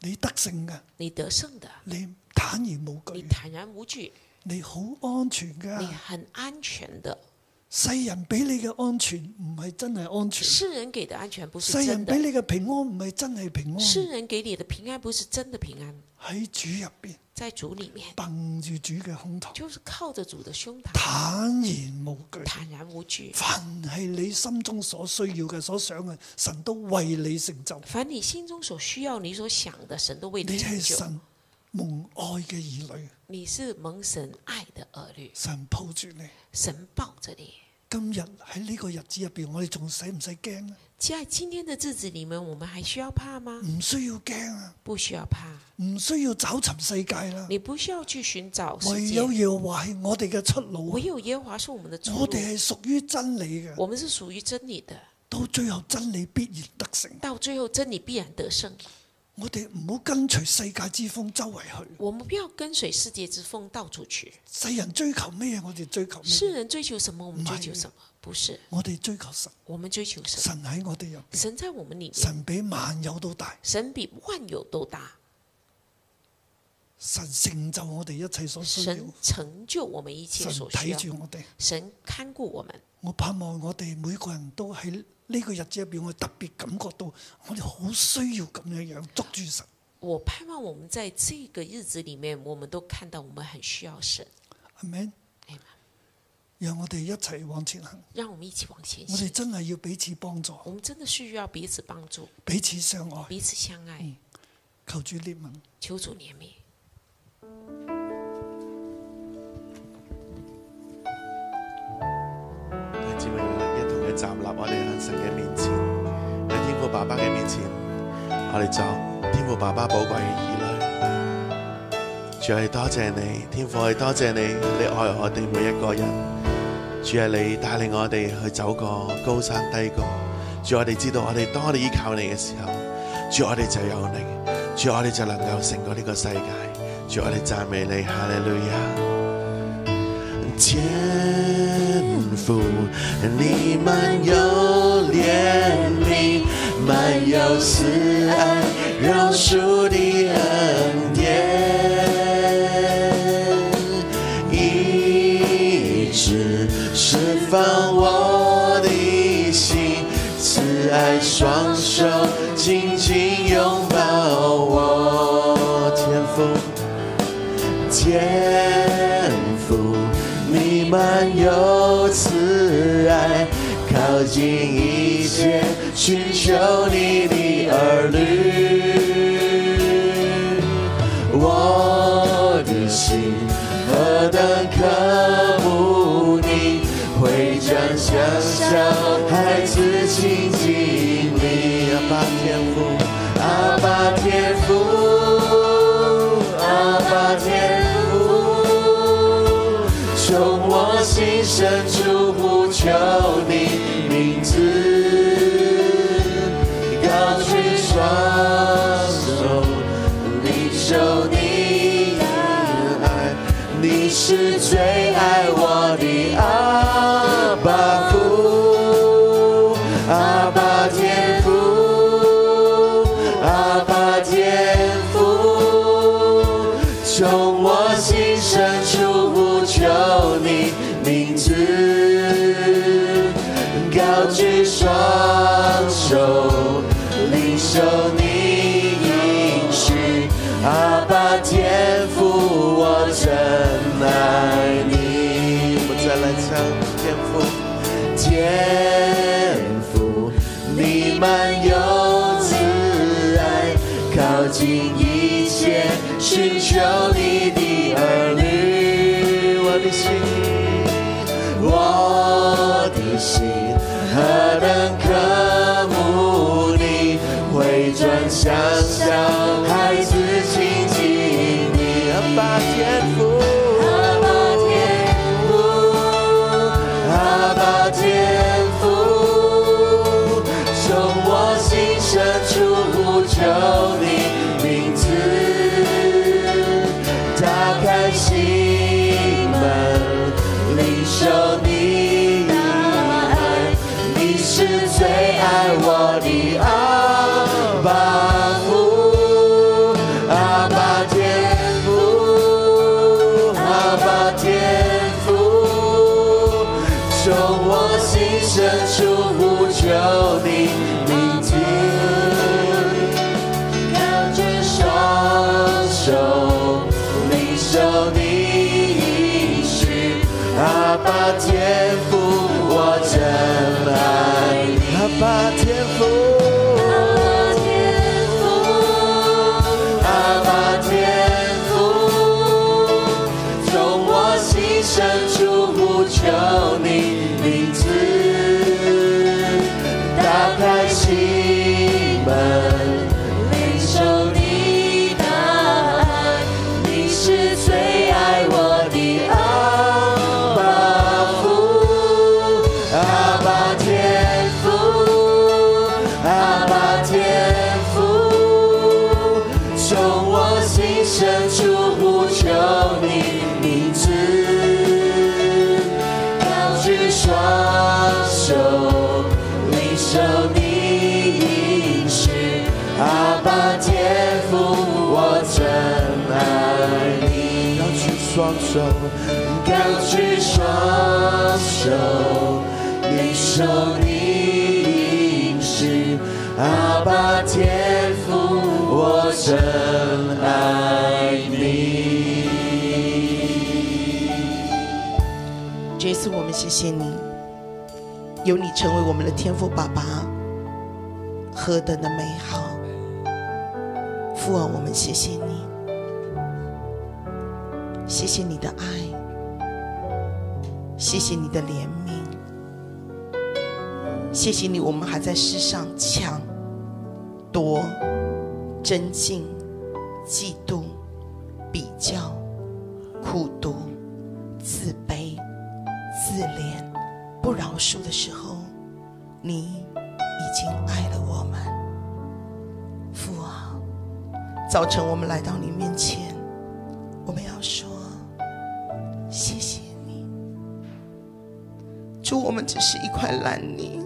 S1: 你得勝嘅，
S2: 你得胜的，
S1: 你坦然無
S2: 你
S1: 懼，
S2: 坦然无惧，
S1: 你好安全
S2: 你
S1: 㗎。
S2: 很安全的。
S1: 世人俾你嘅安全唔係真係安全，
S2: 世人给的安全不是
S1: 世人
S2: 真
S1: 俾
S2: 的，
S1: 你嘅平安唔係真係平安。
S2: 世人给你的平安不是真的平安，
S1: 喺主入邊，
S2: 在主里面
S1: 掹住主嘅胸膛，
S2: 就是靠着主的胸膛，
S1: 坦然無懼。
S2: 坦然无惧。
S1: 凡係你心中所需要嘅、所想嘅，神都為你成就。
S2: 凡你心中所需要，你所想的，神都为
S1: 你
S2: 你成
S1: 係
S2: 就。
S1: 神蒙愛嘅兒女，
S2: 你是蒙神爱的儿女，
S1: 神抱住你。
S2: 神抱着你。
S1: 今日喺呢個日子入邊，我哋仲使唔使驚啊咧？
S2: 在今天的日子里面，我们还需要怕吗？
S1: 唔需要驚啊，
S2: 不需要怕，
S1: 唔需要找尋世界啦。
S2: 你不需要去寻找世
S1: 唯
S2: 界
S1: 有。耶和華係我哋嘅出路啊
S2: 唯。有耶和华是我们的主，
S1: 我哋係屬於真理嘅。
S2: 我们是属于真理的，
S1: 到最後真理必然得勝。
S2: 到最后真理必然得胜。
S1: 我哋唔好跟隨世界之風周圍去。
S2: 我们不要跟随世界之风到处去。
S1: 世人追求咩，我哋追求
S2: 世
S1: 咩？
S2: 人追求什么，我们
S1: 唔係
S2: 追求什么，不是
S1: 我哋追求神，
S2: 我们追求什么。
S1: 神喺我哋入邊，
S2: 神在我们里面，
S1: 神比萬有都大，
S2: 神比万有都大，
S1: 神成就我哋一切所需要，
S2: 神成就我们一切
S1: 神
S2: 所需
S1: 睇
S2: 要，
S1: 住我哋。
S2: 神看顾我们。
S1: 我盼望我哋每個人都喺呢個日子入邊，我特別感覺到我哋好需要咁樣樣捉住神。
S2: 我盼望我们在这个日子里面，我们都看到我们很需要神。
S1: 阿 m
S2: 哎呀
S1: 讓我哋一齊往前行。
S2: 让我们一起往前
S1: 我哋
S2: 行。
S1: 真係要彼此幫助，
S2: 我们真的需要彼此帮助，
S1: 彼此相愛。
S2: 彼此相
S1: 嗯
S2: 爱，
S1: 求主憐憫。
S2: 求主怜悯。
S3: 站立，我哋喺神嘅面前，喺天父爸爸嘅面前，我哋作天父爸爸寶貴嘅兒女。主係多謝你，天父係多謝你，你愛我哋每一個人。主係你帶領我哋去走過高山低谷。主我哋知道，我哋當我哋依靠你嘅時候，主我哋就有力，主我哋就能夠勝過呢個世界。主我哋讚美你，哈利路亞。天父，你满有怜悯，满有慈爱，饶恕的恩典，一直释放我的心，慈爱双手紧紧拥抱我，天父。天赋，你满有慈爱，靠近一切，寻求你的儿女。我的心何等渴慕你，会将想象孩子亲近你。阿爸天父，阿爸天父，阿爸天父，从我心深处呼求你名字，高举双手，领受你的爱，你是最爱我的阿爸父，阿爸天父，阿爸天父，从我心深处呼求你名字，高举双手，领受你应许，阿爸天父，我真爱你。我们再来唱天父，天父，你满有慈爱，靠近一切，寻求你的儿女，我的心。我的心何等渴慕你，回转向小孩子亲近你，阿爸天父。阿爸天父，阿爸天父，从我心深处呼求你名字，打开心门，领受你的爱，你是最爱我的阿爸父，阿爸天父，阿爸天父，从我心深处呼求你名字。高举双手，领受你应许，阿爸天父，我真爱你。阿爸天父，阿爸天父，从我心深处呼求你名字，打开心门。领受你的爱，你是最爱我的阿爸父，阿爸天父，阿爸天父，从我心深处呼求你名字，高举双手，领受你应许。阿爸天父，我真爱你。高举双手，高举双手，领受你应许。阿爸天父，我真爱你。
S4: 这次我们谢谢你，有你成为我们的天父爸爸，何等的美好！父啊，我们谢谢你，谢谢你的爱，谢谢你的怜悯，谢谢你，我们还在世上抢夺、争竞、嫉妒、比较、苦毒、自卑、自怜、不饶恕的时候，你已经爱了我们。父啊，早晨我们来到你面前，我们要说谢谢你。主，我们只是一块烂泥，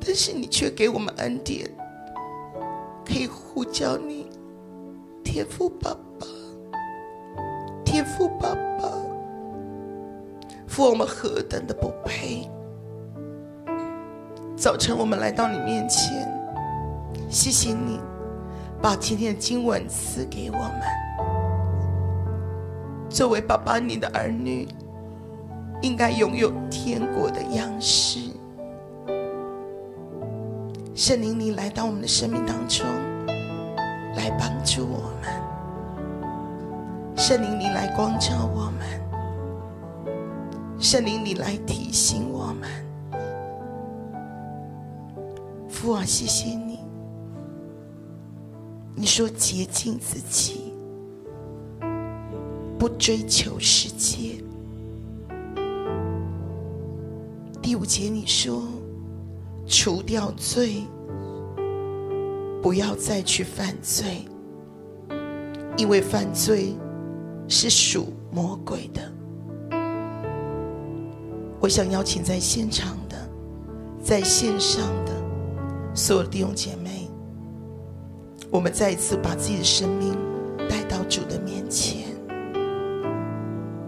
S4: 但是你却给我们恩典，可以呼叫你，天父爸爸，天父爸爸，父，我们何等的不配！早晨，我们来到你面前，谢谢你把今天的经文赐给我们。作为爸爸，你的儿女应该拥有天国的样式。圣灵，你来到我们的生命当中，来帮助我们。圣灵，你来光照我们。圣灵，你来提醒我们。父啊，谢谢你。你说洁净自己，不追求世界。第五节你说，除掉罪，不要再去犯罪，因为犯罪是属魔鬼的。我想邀请在现场的，在线上的所有弟兄姐妹，我们再一次把自己的生命带到主的面前，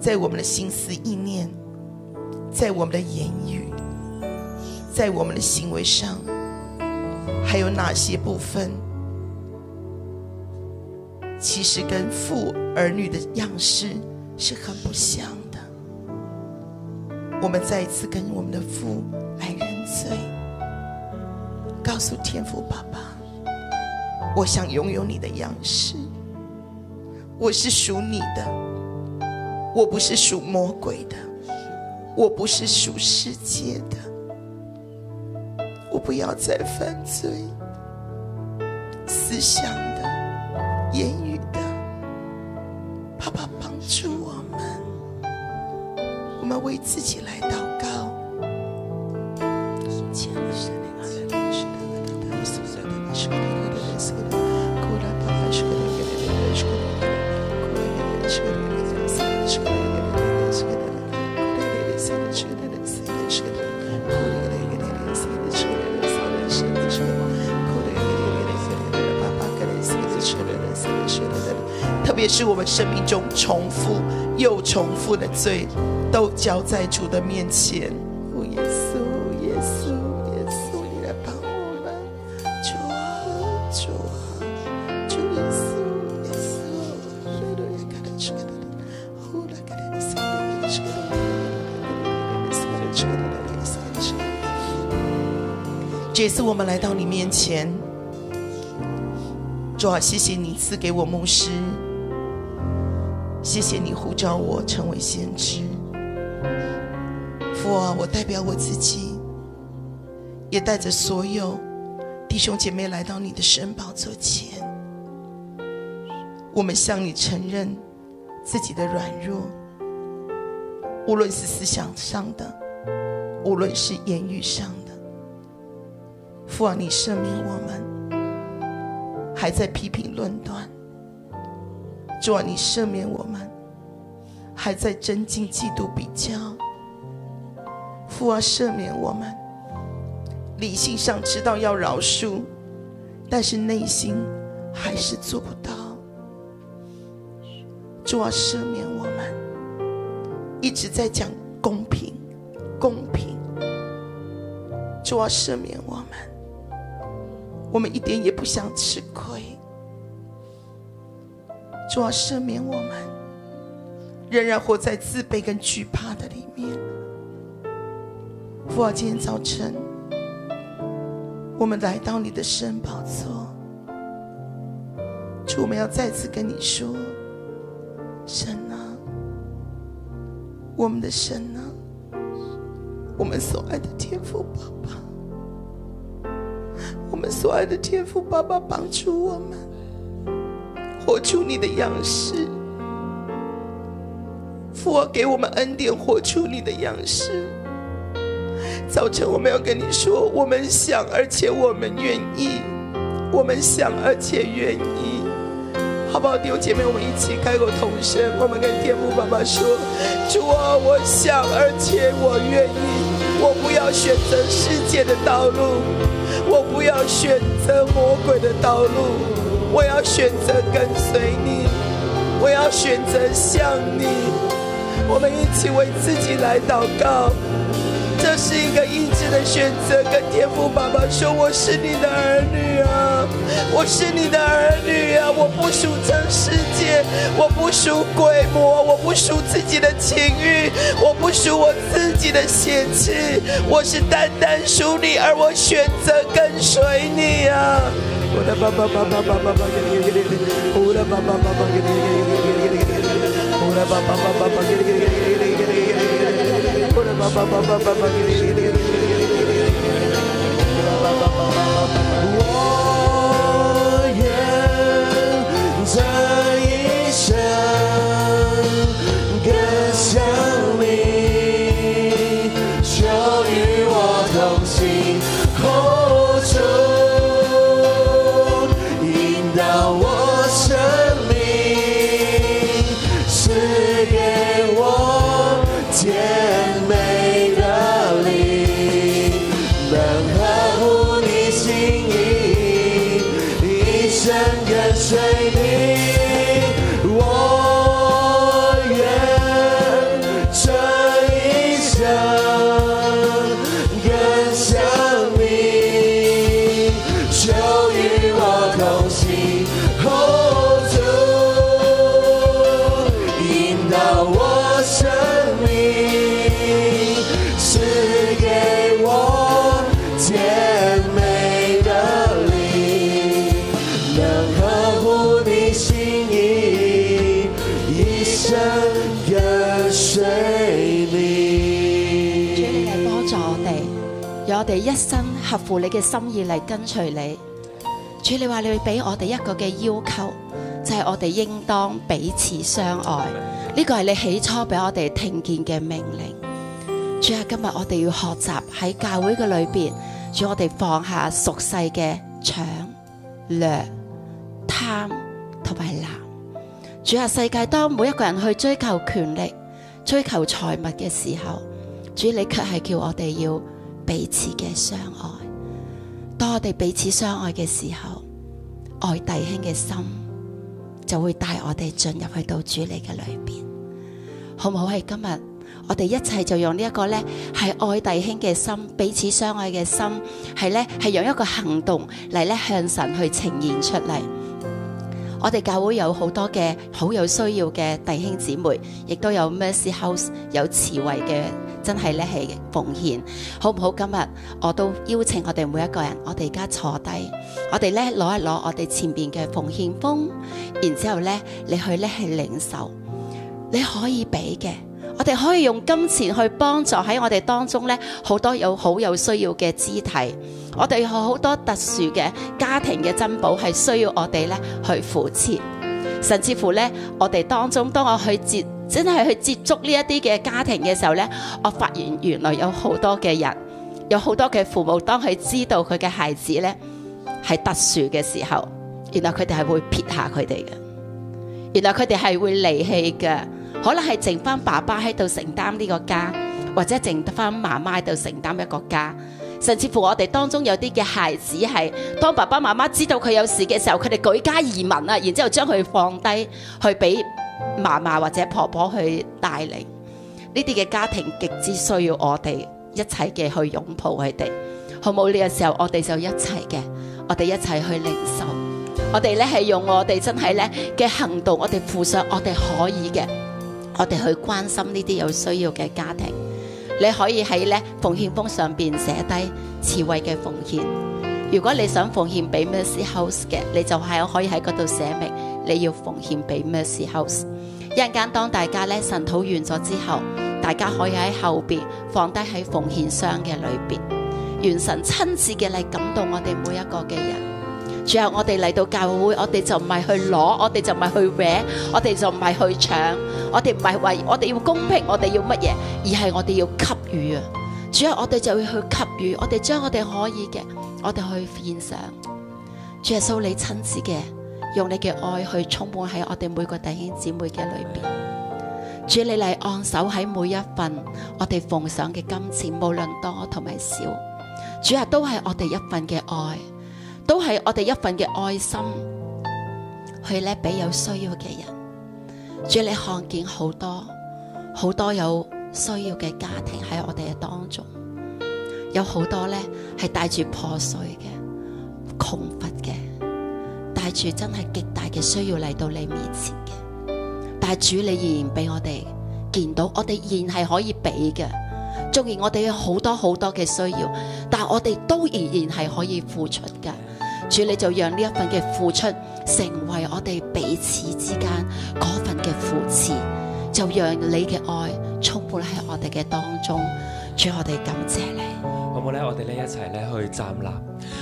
S4: 在我们的心思意念。在我们的言语，在我们的行为上，还有哪些部分，其实跟父儿女的样式是很不像的。我们再一次跟我们的父来认罪，告诉天父爸爸，我想拥有你的样式，我是属你的，我不是属魔鬼的。我不是属世界的，我不要再犯罪，思想的、言语的，爸爸帮助我们，我们为自己来祷告。特别是我们生命中重复又重复的罪，都交在主的面前。哦，耶稣，耶稣，耶稣，你来帮我们，主啊，主啊。主耶稣，耶稣，耶路亚嘎达，主嘎达达，呼啦嘎达达，撒拉嘎达，主嘎达达，撒拉嘎达，主嘎达达，撒拉嘎达，主嘎达达。这一次我们来到你面前，主啊，谢谢你赐给我牧师，谢谢你呼召我成为先知。父啊，我代表我自己，也带着所有弟兄姐妹来到你的神宝座前。我们向你承认自己的软弱，无论是思想上的，无论是言语上的。父啊，你赦免我们还在批评论断；主啊，你赦免我们还在争竞、嫉妒、比较。父啊，赦免我们理性上知道要饶恕，但是内心还是做不到。主啊，赦免我们一直在讲公平，公平。主啊，赦免我们，我们一点也不想吃亏。主啊，赦免我们，仍然活在自卑跟惧怕的里面。父啊，今天早晨，我们来到你的圣宝座，主，我们要再次跟你说，神啊，我们的神啊，我们所爱的天父爸爸，我们所爱的天父爸爸，帮助我们活出你的样式。父啊，给我们恩典，活出你的样式。早晨，我们要跟你说，我们想，而且我们愿意，我们想，而且愿意。好不好？弟兄姐妹，我们一起开口同声，我们跟天父爸爸说：“主啊，我想，而且我愿意，我不要选择世界的道路，我不要选择魔鬼的道路，我要选择跟随你，我要选择像你。”我们一起为自己来祷告。这是一个意志的选择，跟天父爸爸说：“我是你的儿女啊，我是你的儿女啊，我不属这世界，我不属鬼魔，我不属自己的情欲，我不属我自己的邪气，我是单单属你，而我选择跟随你啊。”我的爸爸爸爸爸爸爸，我的爸爸爸爸，我的爸爸爸爸我的爸爸爸爸爸爸。
S5: 我愿这一生更像你，求与我同行，后主引导我生命，赐给我甜美的灵，能合乎你心意，一生跟随你。我愿这一生更像你，求与我同行。后主引导我生命，赐给我甜美的灵，能呵护你心意，一生跟随你。
S6: 主你嚟幫助我哋，讓我哋一生合乎你嘅心意嚟跟隨你。主你話你會俾我哋一個嘅要求，就係、我哋應當彼此相愛。呢個係你起初俾我哋聽見嘅命令。主啊，今日我哋要學習喺教會嘅裏边，主我哋放下俗世嘅搶、掠、貪同埋婪。主啊，世界當每一個人去追求權力、追求財物嘅時候，主你卻係叫我哋要彼此嘅相愛。當我哋彼此相愛嘅時候，愛弟兄嘅心就會帶我哋進入去到主你嘅裏边，好唔好？係今日我哋一齊就用呢一個呢係愛弟兄嘅心，彼此相愛嘅心，係呢係用一個行動嚟呢向神去呈現出嚟。我哋教會有好多嘅好有需要嘅弟兄姊妹，亦都有 Mercy House 有慈惠嘅，真係咧係奉獻，好唔好？今日我都邀請我哋每一個人，我哋而家坐低，我哋咧攞一攞我哋前邊嘅奉獻封，然之後咧你去咧係領受，你可以俾嘅。我哋可以用金錢去幫助喺我哋當中咧，好多有好有需要嘅肢體，我哋有好多特殊嘅家庭嘅珍寶係需要我哋咧去扶持，甚至乎咧我哋當中，當我去接真係去接觸呢一啲嘅家庭嘅時候咧，我發現原來有好多嘅人，有好多嘅父母，當佢知道佢嘅孩子咧係特殊嘅時候，原來佢哋係會撇下佢哋嘅。原來佢哋係會離棄嘅，可能係剩翻爸爸喺度承擔呢個家，或者剩翻媽媽喺度承擔一個家，甚至乎我哋當中有啲嘅孩子係當爸爸媽媽知道佢有事嘅時候，佢哋舉家移民啊，然之後將佢放低去俾嫲嫲或者婆婆去帶領。呢啲嘅家庭極之需要我哋一齊嘅去擁抱佢哋，好冇？呢、個時候我哋就一齊嘅，我哋一齊去領受。我哋咧係用我哋真係咧嘅行動，我哋付上我哋可以嘅，我哋去關心呢啲有需要嘅家庭。你可以喺咧奉獻封上邊寫低慈惠嘅奉獻。如果你想奉獻俾 Mercy House 嘅，你就係可以喺嗰度寫明你要奉獻俾 Mercy House。一陣間當大家咧神討完咗之後，大家可以喺後邊放低喺奉獻箱嘅裏邊，願神親自嘅嚟感動我哋每一個嘅人。最啊後我哋嚟到教會，我哋就唔係去攞，我哋就唔係去搲，我哋就唔係去搶，我哋唔係為我哋要公平，我哋要乜嘢，而係我哋要給予啊！主啊，我哋就要去給予，我哋將我哋可以嘅，我哋去獻上。主耶穌，你親自嘅，用你嘅愛去充滿喺我哋每個弟兄姊妹嘅裏邊。主，啊你嚟按手喺每一份我哋奉上嘅金錢，無論多同埋少，主啊，都係我哋一份嘅愛。都係我哋一份嘅愛心，去咧俾有需要嘅人。主，你看見好多好多有需要嘅家庭喺我哋嘅當中，有好多咧係帶住破碎嘅、窮乏嘅，帶住真係極大嘅需要嚟到你面前嘅。但係主，你依然俾我哋見到，我哋依然係可以俾嘅。縱然我哋有好多好多嘅需要，但我哋都依然係可以付出嘅。主，你就讓呢一份嘅付出成為我哋彼此之間嗰份嘅扶持，就讓你嘅愛充滿喺我哋嘅當中。主，我哋感謝你。
S7: 好冇咧？我哋咧一齊咧去站立，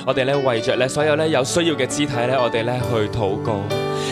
S7: 我哋咧為着咧所有咧有需要嘅肢體咧，我哋咧去禱告。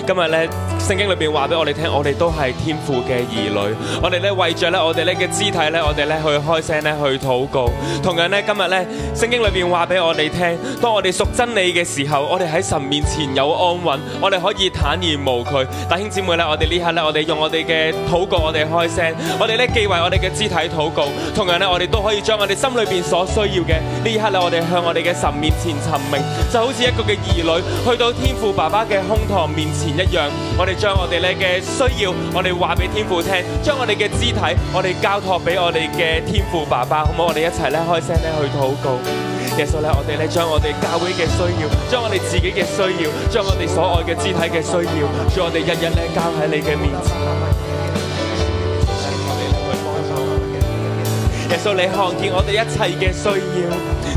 S7: 今日咧聖經裏邊話俾我哋聽，我哋都係天父嘅兒女，我哋咧為着咧我哋咧嘅肢體咧，我哋咧去開聲咧去禱告。同樣咧今日咧聖經裏邊話俾我哋聽，當我哋屬真理嘅時候，我哋喺神面前有安穩，我哋可以坦然無懼。弟兄姊妹咧，我哋呢刻咧，我哋用我哋嘅禱告，我哋開聲，我哋咧既為我哋嘅肢體禱告，同樣咧我哋都可以將我哋心裏邊所需要嘅呢一刻咧，我哋向我哋嘅神面前尋覓，就好似一個嘅兒女去到天父爸爸嘅胸膛面前一樣，我哋將我哋咧嘅需要，我哋話俾天父聽，將我哋嘅肢體，我哋交託俾我哋嘅天父爸爸，好唔好？我哋一齊咧開聲咧去禱告。耶穌咧，我哋咧將我哋教會嘅需要，將我哋自己嘅需要，將我哋所愛嘅肢體嘅需要，將我哋日日咧交喺你嘅面前。耶穌，你看見我哋一切嘅需要，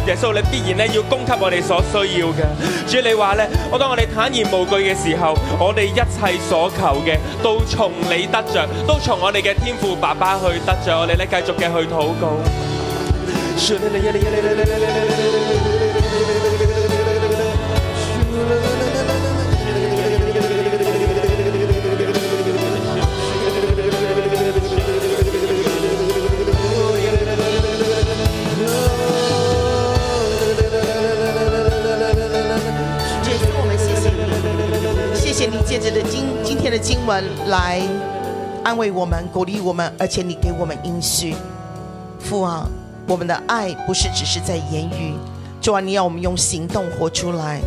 S7: 耶穌你必然咧要供給我哋所需要嘅。主你話咧，我當我哋坦然無懼嘅時候，我哋一切所求嘅都從你得着，都從我哋嘅天父爸爸去得着。我哋咧繼續嘅去禱告。
S4: 主耶稣，我们谢谢你，谢谢你借着的今今天的经文来安慰我们、鼓励我们，而且你给我们应许。父啊，我们的爱不是只是在言语，主啊，你要我们用行动活出来。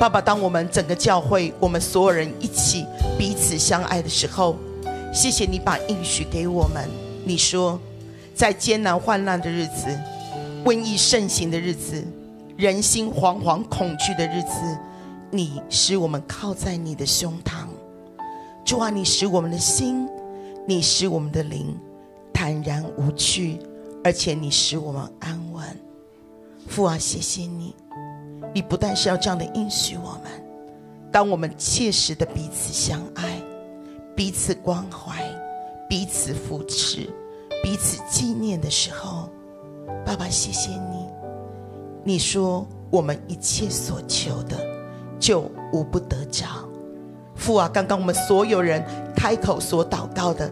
S4: 爸爸，当我们整个教会，我们所有人一起彼此相爱的时候，谢谢你把应许给我们。你说，在艰难患难的日子，瘟疫盛行的日子，人心惶惶恐惧的日子，你使我们靠在你的胸膛。主啊，你使我们的心，你使我们的灵坦然无惧，而且你使我们安稳。父啊，谢谢你，你不但是要这样的应许我们，当我们切实的彼此相爱，彼此关怀，彼此扶持，彼此纪念的时候，爸爸，谢谢你。你说我们一切所求的，就无不得着。父啊，刚刚我们所有人开口所祷告的，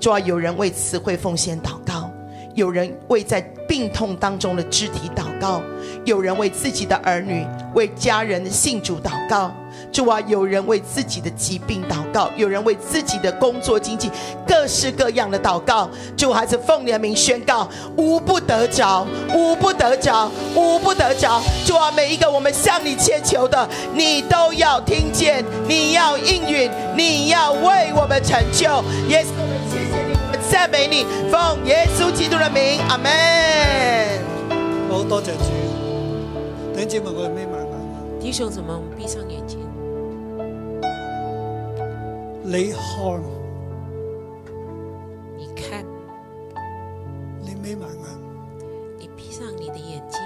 S4: 主啊，有人为词汇奉献祷告，有人为在病痛当中的肢体祷告，有人为自己的儿女、为家人的信主祷告。主啊，有人为自己的疾病祷告，有人为自己的工作、经济各式各样的祷告。主，孩子奉你的名宣告，无不得着，无不得着，无不得着。主啊，每一个我们向你切求的，你都要听见，你要应允，你要为我们成就。耶稣，我们谢谢你，我们赞美你，奉耶稣基督的名，阿门。
S1: 好多謝主。弟兄姊妹，我哋眯埋眼，
S2: 弟兄姊妹，我们闭上眼睛，
S1: 你看，
S2: 你看，
S1: 你眯埋眼，
S2: 你闭上你的眼睛，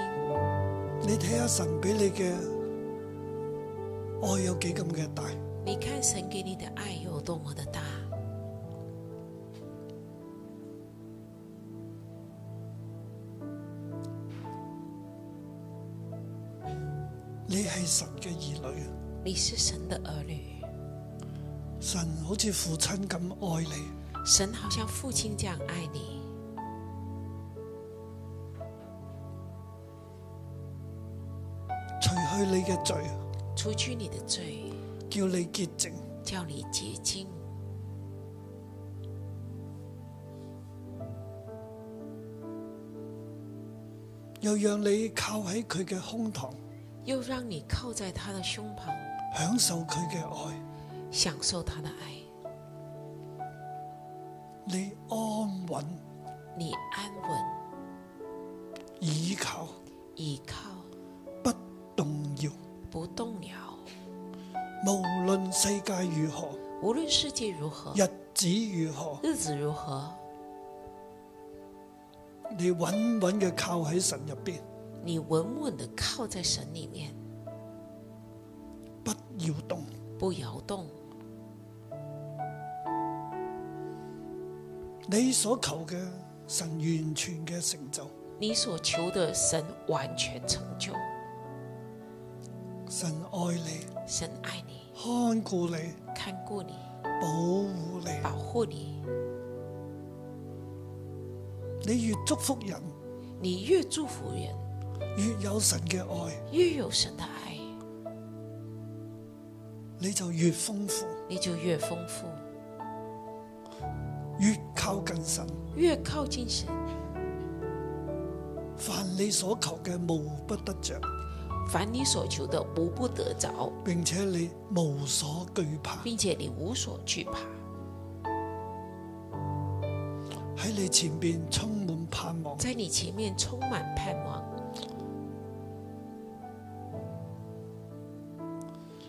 S1: 你睇下神俾你嘅愛有幾咁嘅大，
S2: 你看神给你的爱有多么的大，
S1: 你係神嘅兒女啊！
S2: 你是神的儿女，
S1: 神好似父親咁愛你。
S2: 神好像父亲这样爱你。
S1: 除去你嘅罪，
S2: 除去你的罪，
S1: 叫你潔淨。
S2: 叫你洁净。
S1: 又讓你靠喺佢嘅胸膛，
S2: 又让你靠在他的胸膛，
S1: 享受佢嘅愛，
S2: 享受他的爱，
S1: 你安穩
S2: 你安稳
S1: 倚靠，
S2: 依靠，
S1: 不動搖。
S2: 不动摇。
S1: 無論世界如何，
S2: 无论世界如何，
S1: 日子如何，
S2: 日子如何，
S1: 你穩穩嘅靠喺神入邊，
S2: 你稳稳的靠在神里面，
S1: 不要動。
S2: 不摇动。
S1: 你所求嘅神完全嘅成就，
S2: 你所求的神完全成就，
S1: 神愛你，
S2: 神爱你，
S1: 看顧你，
S2: 看顾你，
S1: 保護你。
S2: 保护你。
S1: 你越祝福人，
S2: 你越祝福人，
S1: 越有神嘅愛，
S2: 越有神的爱，
S1: 你就越豐富，
S2: 你就越丰富，
S1: 越靠近神。
S2: 越靠近神。
S1: 凡你所求嘅，無不得着。
S2: 凡你所求的，无不得着，
S1: 並且你無所懼怕，
S2: 并且你无所惧怕。
S1: 喺你前邊充滿盼望。
S2: 在你前面充满盼望，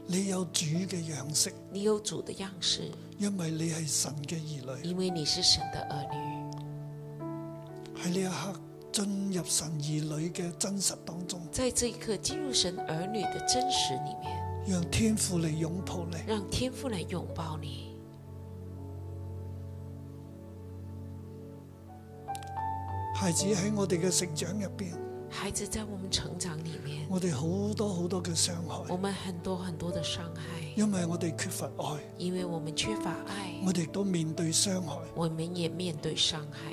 S1: 你有主嘅樣式，
S2: 你有主的样式，
S1: 因為你係神嘅兒女。
S2: 因为你是神的儿女。
S1: 喺呢一刻進入神兒女嘅真實當中，
S2: 在这一刻进入神儿女的真实里面，
S1: 讓天父嚟擁抱你，
S2: 让天父来拥抱你，
S1: 孩子喺我哋嘅成長入邊，
S2: 孩子在我们成长里面，
S1: 我哋好多好多嘅傷害
S2: 我，們很多很多的伤害，
S1: 因為我哋缺乏愛，
S2: 因为我们缺乏爱，
S1: 我哋亦都面對傷害。
S2: 我们也面对伤害。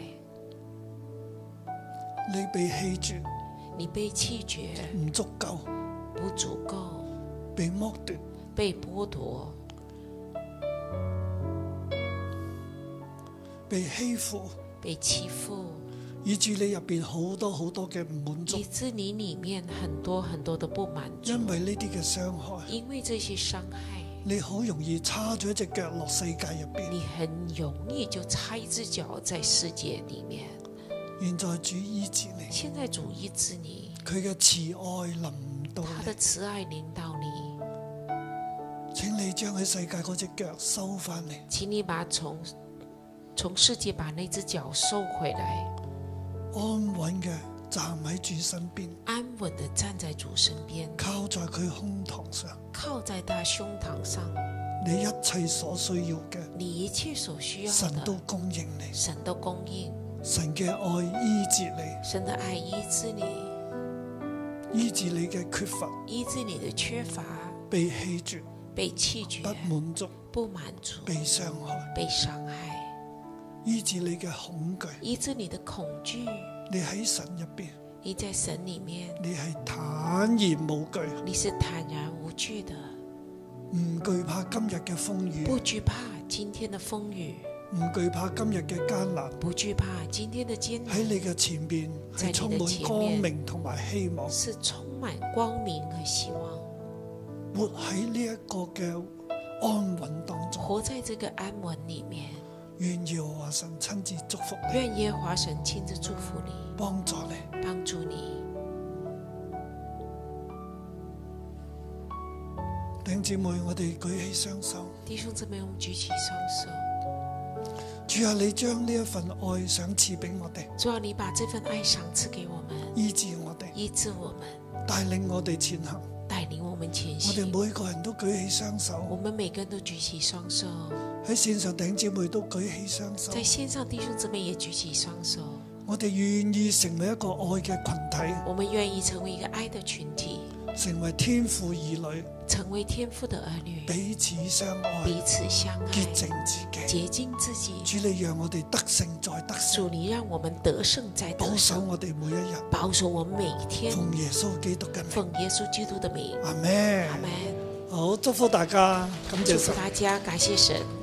S1: 你被棄絕，
S2: 你被弃绝，
S1: 唔足夠，
S2: 不足够，
S1: 被剝奪，
S2: 被剥夺，
S1: 被欺負，
S2: 被欺负，
S1: 以致你入邊好多好多嘅唔滿足
S2: 以。致你里面很多很多的不满足，
S1: 因為呢啲嘅傷害，
S2: 因为这些伤害。
S1: 你好容易叉咗一隻腳落世界入邊。
S2: 你很容易就插一只脚在世界里面。
S1: 現在主醫治你，
S2: 现在主医治你，
S1: 佢嘅慈愛臨到
S2: 他的
S1: 你，
S2: 慈爱领导你，
S1: 請你將喺世界嗰隻腳收翻嚟，
S2: 请你把从从世界把那只脚收回来，
S1: 安穩嘅站喺主身邊，
S2: 安稳的站在主身边，
S1: 靠在佢胸膛上，
S2: 靠在他胸膛上，
S1: 你一切所需要嘅，
S2: 你一切所需要
S1: 神都
S2: 的，
S1: 供應你，
S2: 神都供应，
S1: 神嘅愛醫治你，
S2: 神的爱医治你，
S1: 醫治你嘅缺乏、
S2: 医治你的缺乏、
S1: 被棄絕、
S2: 被弃绝、
S1: 不滿足、
S2: 不满足、
S1: 被傷害，
S2: 被伤害，
S1: 醫治你嘅恐懼。
S2: 医治你的恐惧。
S1: 你喺神入邊。
S2: 你在神里面。
S1: 你係坦然無懼，
S2: 你是坦然无惧的，
S1: 唔懼怕今日嘅風雨，
S2: 不惧怕今天的风雨，
S1: 唔懼怕今日嘅艱難。
S2: 不惧怕今天的艰难
S1: 喺，你嘅前邊
S2: 在
S1: 係
S2: 你
S1: 充
S2: 嘅
S1: 滿
S2: 前面
S1: 光明同埋希望，
S2: 是充满光明和希望。
S1: 活喺呢一個嘅安穩當中。
S2: 活在这个安稳里面，
S1: 願耀華神親自祝福你，
S2: 愿耶和华神亲自祝福你，
S1: 幫助你。
S2: 帮助你。
S1: 弟兄姊妹，我哋舉起雙手，
S2: 弟兄姊妹，我们举起双手，
S1: 主啊，你將呢一份愛想賜俾我哋，
S2: 主啊，你把这份爱赏赐给我们，
S1: 醫治我哋，
S2: 医治我们，
S1: 帶領我哋前行。
S2: 带领我们前
S1: 我哋
S2: 行。
S1: 每個人都舉起雙
S2: 我
S1: 手，
S2: 们每个人都举起双手，
S1: 喺線上弟兄姊妹都舉起雙手。
S2: 在线上弟兄姊妹也举起双手。
S1: 我哋願意成為一個愛嘅群體，
S2: 我们愿意成为一个爱的群体，
S1: 成為天父兒女，
S2: 成为天父的儿女，
S1: 彼此相愛，
S2: 彼此相爱，
S1: 潔淨自己。
S2: 洁净自己。
S1: 主，你讓我哋得勝再得勝，
S2: 主，你让我们得胜再
S1: 保
S2: 得
S1: 守
S2: 胜，
S1: 我哋每一日，
S2: 保守我们每一天，
S1: 奉耶穌基督嘅名，
S2: 奉耶稣基督的名，
S1: 阿
S2: 阿
S1: 咩？
S2: 门。
S1: 好，祝福大家，感
S2: 祝
S1: 謝
S2: 福
S1: 神。
S2: 大家，感谢神。